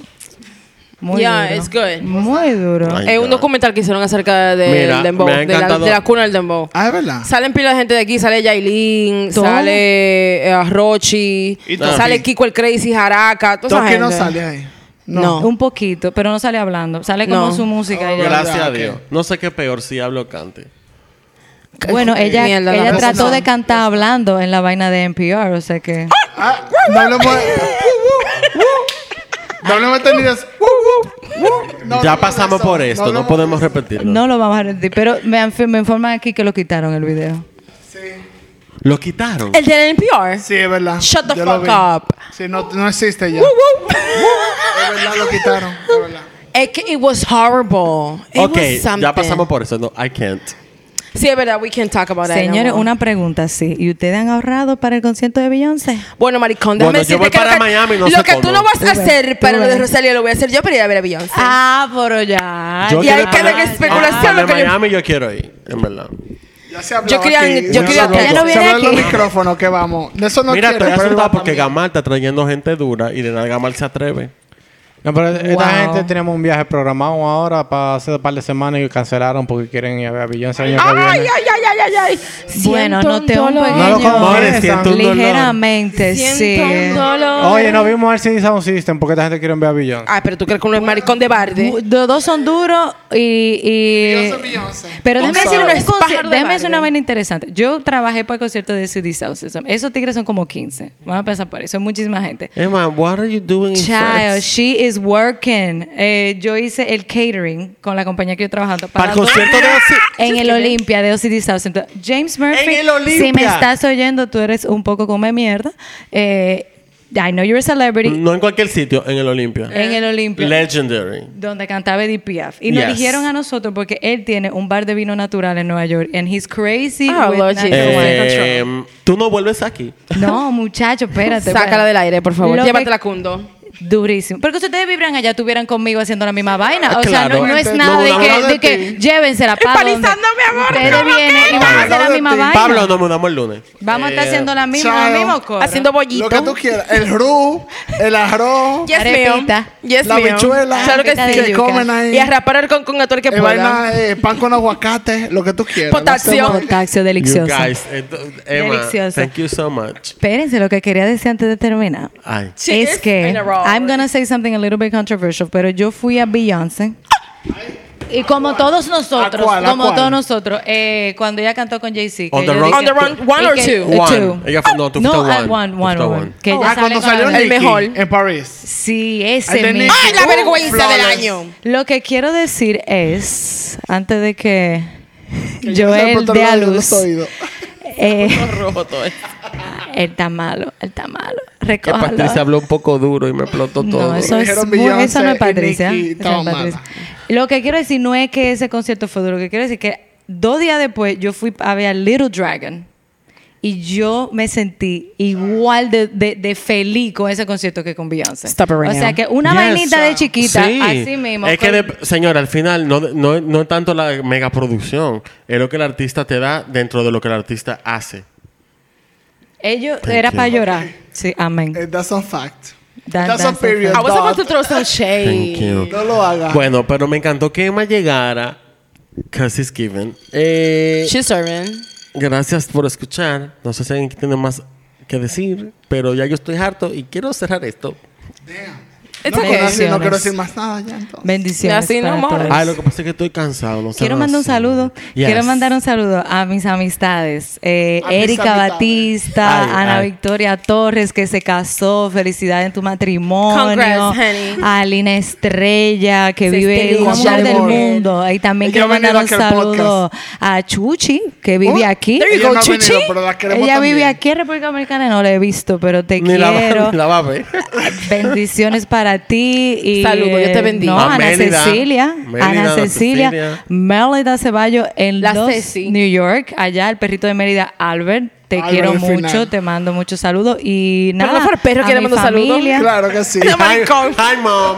S5: Muy
S2: Yeah,
S5: duro.
S2: it's good.
S5: Muy duro.
S4: Ay,
S2: Es un
S4: God.
S2: documental que hicieron acerca del
S4: Mira,
S2: dembow,
S4: me ha
S2: de la,
S4: encantado.
S2: de la cuna del dembow.
S3: Ah, es verdad.
S2: Salen pila de gente de aquí, sale Yailin,
S5: Todo.
S2: sale eh, Rochi,
S3: Y Toki.
S2: sale Kiko el Crazy, Jaraka, toda esa
S3: Toki
S2: gente.
S3: no sale ahí.
S2: No.
S5: Un poquito, pero no sale hablando. Sale como
S2: No.
S5: su música. y ya.
S4: Gracias
S3: Ah,
S4: a
S3: ok.
S4: Dios. No sé qué peor si hablo o cante.
S5: Bueno, ella,
S2: eh, Mierda, la
S5: ella
S2: persona.
S5: trató de cantar hablando en la vaina de NPR, o sea que...
S3: Ah, no hablemos de... No hablemos de tenis. Uh, No,
S4: ya
S3: no,
S4: pasamos
S3: eso,
S4: por esto, no,
S3: hablemos
S4: podemos
S3: de eso.
S4: repetirlo.
S5: No lo vamos a rendir, pero me, inf- me informan aquí que lo quitaron el video.
S4: Lo quitaron.
S2: El del NPR.
S3: Sí, es verdad.
S2: Shut the
S3: Yo lo
S2: fuck
S3: vi.
S2: up.
S3: Sí, no, no existe ya.
S2: Woo, woo.
S3: Es verdad, lo quitaron. Es verdad.
S2: Es que it was horrible. It
S4: ok,
S2: was something.
S4: ya pasamos por eso. No, I can't.
S2: Sí, es verdad, we can talk about that
S5: Señores,
S2: anymore.
S5: una pregunta, sí. ¿Y ustedes han ahorrado para el concierto de Beyoncé?
S2: Bueno, maricón, déjame
S4: Bueno, yo
S2: decirte
S4: voy
S2: que
S4: para
S2: lo que,
S4: Miami, no
S2: lo
S4: sé
S2: que tú
S4: cómo.
S2: no vas a
S5: Tú ve,
S2: hacer
S5: tú
S2: para lo
S5: ve.
S2: de Rosalía lo voy a hacer yo para ir a ver a Beyoncé.
S5: Ah, pero ya.
S6: Yo
S2: y ahí
S6: quiero
S2: queda
S6: parar-
S2: en
S4: Ah,
S2: especulación
S4: para
S2: lo que yo-
S4: Miami yo quiero ir, en verdad.
S3: Ya se habló
S2: Yo quería-
S3: aquí.
S2: yo quería-
S3: se habló-
S5: Ya no
S3: Se
S5: viene
S3: habló en
S5: aquí.
S3: los micrófonos que vamos. De eso no
S4: Mira,
S3: quiero,
S4: estoy
S3: pero
S4: asustado
S3: va
S4: porque
S3: también.
S4: Gamal está trayendo gente dura y de nada Gamal se atreve.
S6: No, pero esta
S5: Wow.
S6: gente tenemos un viaje programado ahora para hace un par de semanas y cancelaron porque quieren ir a ver a Beyoncé el año que
S2: ¡Ay,
S6: viene.
S2: ay, ay, ay, ay, ay!
S5: Bueno,
S2: Siento
S5: noté un
S2: dolor.
S5: pequeño- No lo
S6: confiesan.
S4: siento un dolor.
S5: Ligeramente, sí.
S2: Siento un dolor.
S6: Oye, no vimos el CD Sound System porque esta gente quiere ver a Beyoncé.
S2: Ah, pero tú crees que uno es maricón de barde.
S4: Este,
S5: Los dos son duros y. y pero
S2: I'm
S5: déjame decir
S2: sorry.
S5: una,
S2: Es pájaro de
S5: déjame decir una
S2: Barbie.
S5: vaina interesante. Yo trabajé para el concierto de CD Sound System. Esos tigres son como 15. Vamos a pensar por eso. Son muchísima gente.
S4: Emma, what are you doing in
S5: Child,
S4: France?
S5: she is working. Eh, yo hice el catering con la compañía que yo trabajando.
S4: Para el concierto de OC.
S5: En el Olimpia de OCD South Central. James Murphy,
S4: En el Olimpia.
S5: si me estás oyendo, tú eres un poco come mierda. Eh, I know you're a celebrity.
S4: No en cualquier sitio, en el Olimpia.
S5: En el Olimpia.
S4: Legendary.
S5: donde cantaba Edith Piaf. Y nos
S4: Yes.
S5: dijeron a nosotros porque él tiene un bar de vino natural en Nueva York. And he's crazy.
S2: Ah,
S5: with
S2: Lord
S5: natural
S2: Jesus.
S5: wine
S4: Eh,
S5: control.
S4: tú no vuelves aquí.
S5: No, muchacho, espérate.
S2: Sácala
S5: espérate.
S2: del aire, por favor.
S5: Lo que-
S2: Llévatela, Cundo.
S5: Durísimo. Porque si ustedes vibran allá, estuvieran conmigo haciendo la misma vaina. O sea,
S4: Ah, Claro.
S5: no, no es
S4: Entonces,
S5: nada
S4: no,
S5: de
S4: no,
S5: que,
S4: no,
S5: de que
S4: de ti.
S5: llévensela, Pablo.
S2: Empalizando, mi amor,
S5: Ustedes
S2: ¿cómo
S5: vienen y van a hacer la misma vaina.
S4: Pablo, Eh, nos mudamos el lunes.
S5: Vamos a estar haciendo la misma,
S3: chao.
S5: el mismo coro.
S2: Haciendo bollito.
S3: Lo que tú quieras. El roux, el arroz,
S2: Yes, ma'am.
S5: Arepita.
S2: Yes,
S3: la
S2: ma'am.
S3: habichuela
S2: Claro que
S5: Arepita de
S2: sí.
S3: que
S5: yuca.
S3: comen ahí.
S2: Y a rapar el con, con el que
S3: eh,
S2: pueda.
S3: vaina, eh, pan con aguacate, lo que tú quieras. No
S2: Potasio.
S3: sé,
S5: Con
S3: bueno.
S5: Taxio
S4: You
S5: delicioso.
S4: guys, eh, Emma,
S5: Deliciosa.
S4: thank you so much.
S5: Espérense, lo que quería decir antes de terminar.
S4: Ay.
S5: es que
S2: in a row.
S5: I'm gonna say something a little bit controversial, pero yo fui a Beyoncé. Y como todos nosotros,
S3: ¿A cuál? ¿A
S5: como
S3: cuál?
S5: todos nosotros, eh, cuando ella cantó con Jay-Z. que
S4: On the
S5: yo
S4: run.
S5: dije-
S2: On the run, one
S5: y
S2: or
S5: que-
S2: two? Oh,
S5: eh,
S4: One.
S5: two.
S4: Ella fue- no, tú
S5: no,
S4: fuiste
S5: ah,
S4: one.
S5: one,
S4: Tú
S5: one,
S4: fuiste
S5: one.
S4: one.
S5: Que ella
S3: Ah,
S5: sale
S3: cuando
S5: con la
S3: salió
S5: vaina.
S3: Nicky
S2: mejor.
S3: en París.
S5: Sí,
S3: El de
S5: ese mismo.
S3: Nicky.
S2: ¡Ay, la
S3: Uh,
S2: vergüenza del
S3: flawless.
S2: año!
S5: Lo que quiero decir es, antes de que
S3: yo no sé
S5: Joel
S3: por
S5: dé a
S3: dónde los
S5: luz,
S3: oídos.
S5: eh,
S2: Roto. eh.
S5: él está malo, él está malo.
S4: Que
S5: Recójalo.
S4: Patricia habló un poco duro y me explotó todo.
S5: No, eso,
S3: Me
S5: es,
S3: dijeron
S5: muy-
S3: Beyoncé
S5: eso no es
S3: y
S5: Patricia.
S3: Nicki
S5: eso no es
S3: estaban
S5: Patricia.
S3: malas.
S5: Lo que quiero decir no es que ese concierto fue duro. Lo que quiero decir es que dos días después yo fui a ver a Little Dragon. Y yo me sentí igual de, de- de feliz con ese concierto que con Beyoncé.
S2: Stop it right
S5: o sea
S2: now.
S5: que una
S4: Yes. ah,
S5: vainita de chiquita,
S4: Sí.
S5: así mismo.
S4: Es que,
S5: con-
S4: de- señora, al final no, no, no es tanto la megaproducción, es lo que el artista te da dentro de lo que el artista hace.
S5: ellos
S4: Thank
S5: era
S4: you.
S5: para llorar. Sí, amén.
S3: Eh, That's a fact.
S5: That-
S3: that's,
S5: that's a
S3: a period.
S2: I was
S3: dog.
S2: about to throw some shade.
S4: Thank you.
S3: No lo hagas.
S4: Bueno, pero me encantó que Emma llegara. Cause it's given. Eh,
S2: She's serving.
S4: gracias por escuchar. No sé si alguien tiene más que decir, pero ya yo estoy harto y quiero cerrar esto.
S2: It's
S3: no,
S2: okay.
S3: quiero decir- no
S5: Bendiciones.
S3: quiero decir más nada ya entonces.
S5: Bendiciones.
S2: Así no
S5: para
S2: moras.
S5: todos.
S4: Ah, lo que pasa es que estoy cansado. no sé
S5: Quiero
S4: nada
S5: mandar un
S4: así.
S5: saludo.
S4: Yes.
S5: Quiero mandar un saludo a mis amistades. Eh,
S3: A mis
S5: Erika
S3: amistades.
S5: Batista,
S4: Ay,
S5: Ana
S4: ay.
S5: Victoria Torres, que se casó. Felicidades en tu matrimonio.
S2: Congrats, honey.
S5: A Lina Estrella, que
S2: Se
S5: vive en
S2: esterilicó.
S5: un lugar del
S3: Amor.
S5: mundo. Y también
S3: Ella
S5: quiero
S3: ha venido
S5: mandar un
S3: aquí al
S5: saludo a Chuchi, que vive
S3: Oh,
S5: aquí.
S2: there you
S3: Ella
S2: go,
S3: no ha venido,
S2: Chichi.
S3: pero la queremos
S5: Ella vive
S3: también.
S5: aquí en República Dominicana, no la he visto, pero te
S4: Ni la, va,
S5: quiero.
S4: ni la va a ver.
S5: Bendiciones para ti. Y,
S2: Saludos, yo te
S5: eh,
S2: bendigo.
S5: no,
S4: A
S5: Ana
S4: Mélida.
S5: Cecilia.
S4: Mélida,
S5: Ana
S4: Ana
S5: Cecilia.
S4: Cecilia.
S5: Mélida Ceballo en
S2: La
S5: Los-
S2: Ceci.
S5: New York. Allá el perrito de Mérida, Albert. Te
S3: Albert,
S5: quiero
S3: el final.
S5: mucho, te mando muchos saludos. Y
S2: Pero
S5: nada.
S2: no fue el perro
S5: a
S2: que le
S5: mi
S2: mandó saludos.
S5: familia,
S3: Claro que sí.
S2: No,
S4: Hi,
S2: maricón.
S4: hi, mom.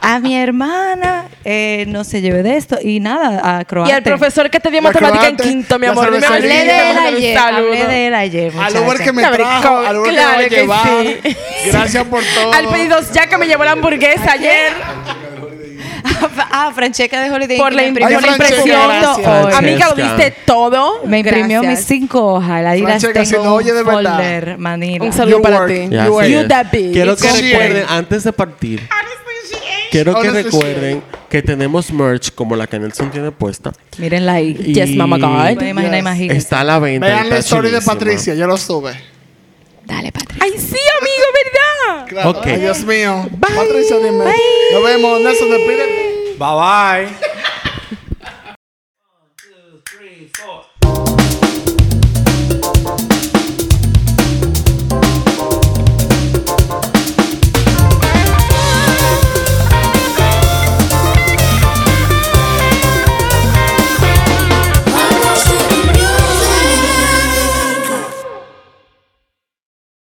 S5: A mi hermana, eh, no se lleve de esto. Y nada, a
S2: Y
S5: Croacia.
S2: al profesor que te dio
S3: La
S2: matemática en
S3: croata,
S2: quinto, mi
S3: la
S2: amor.
S3: cervecería.
S5: Hablé de él ayer.
S2: Saludos.
S5: Hablé de él ayer.
S3: Al
S5: muchacha.
S3: Uber que me
S2: Claro,
S3: trajo, al Uber
S2: claro
S3: que
S2: que
S3: me va a llevar.
S2: sí.
S3: Gracias por todo.
S2: Al pedidos ya que me llevó la hamburguesa ayer.
S5: ah, Francesca de Holiday
S2: Por
S5: Inn,
S2: la,
S5: que me
S2: por la
S3: Francesca,
S2: impresión.
S3: gracias.
S5: hoy.
S2: Amiga, lo
S4: Francesca.
S2: diste todo.
S5: Me imprimió
S2: Gracias.
S5: mis cinco hojas. Ahí las
S3: Francesca,
S5: tengo
S3: si no
S5: en un
S3: oye de verdad.
S5: folder, manila.
S2: Un saludo
S3: You
S2: para
S3: work.
S2: ti.
S4: Ya,
S3: You
S4: así
S2: You
S4: es.
S2: that bitch.
S4: Quiero que
S3: She
S4: recuerden,
S3: is.
S4: antes de partir, quiero que
S3: Honestly, she is.
S4: recuerden que tenemos merch como la que Nelson tiene puesta.
S5: Mírenla ahí.
S4: Y
S2: Yes, mama God.
S5: Pueden imaginar,
S3: Yes.
S5: imagínense.
S4: Está a la venta.
S3: Vean la
S4: está
S3: historia de
S4: chulísima.
S3: Patricia, yo lo sube.
S5: Dale, Patrick.
S2: Ay, sí, amigo, ¿verdad?
S3: Claro.
S4: Ok.
S3: Ay, Dios mío. Patricia, dime. Nos vemos. Nelson, despídete.
S6: Bye bye.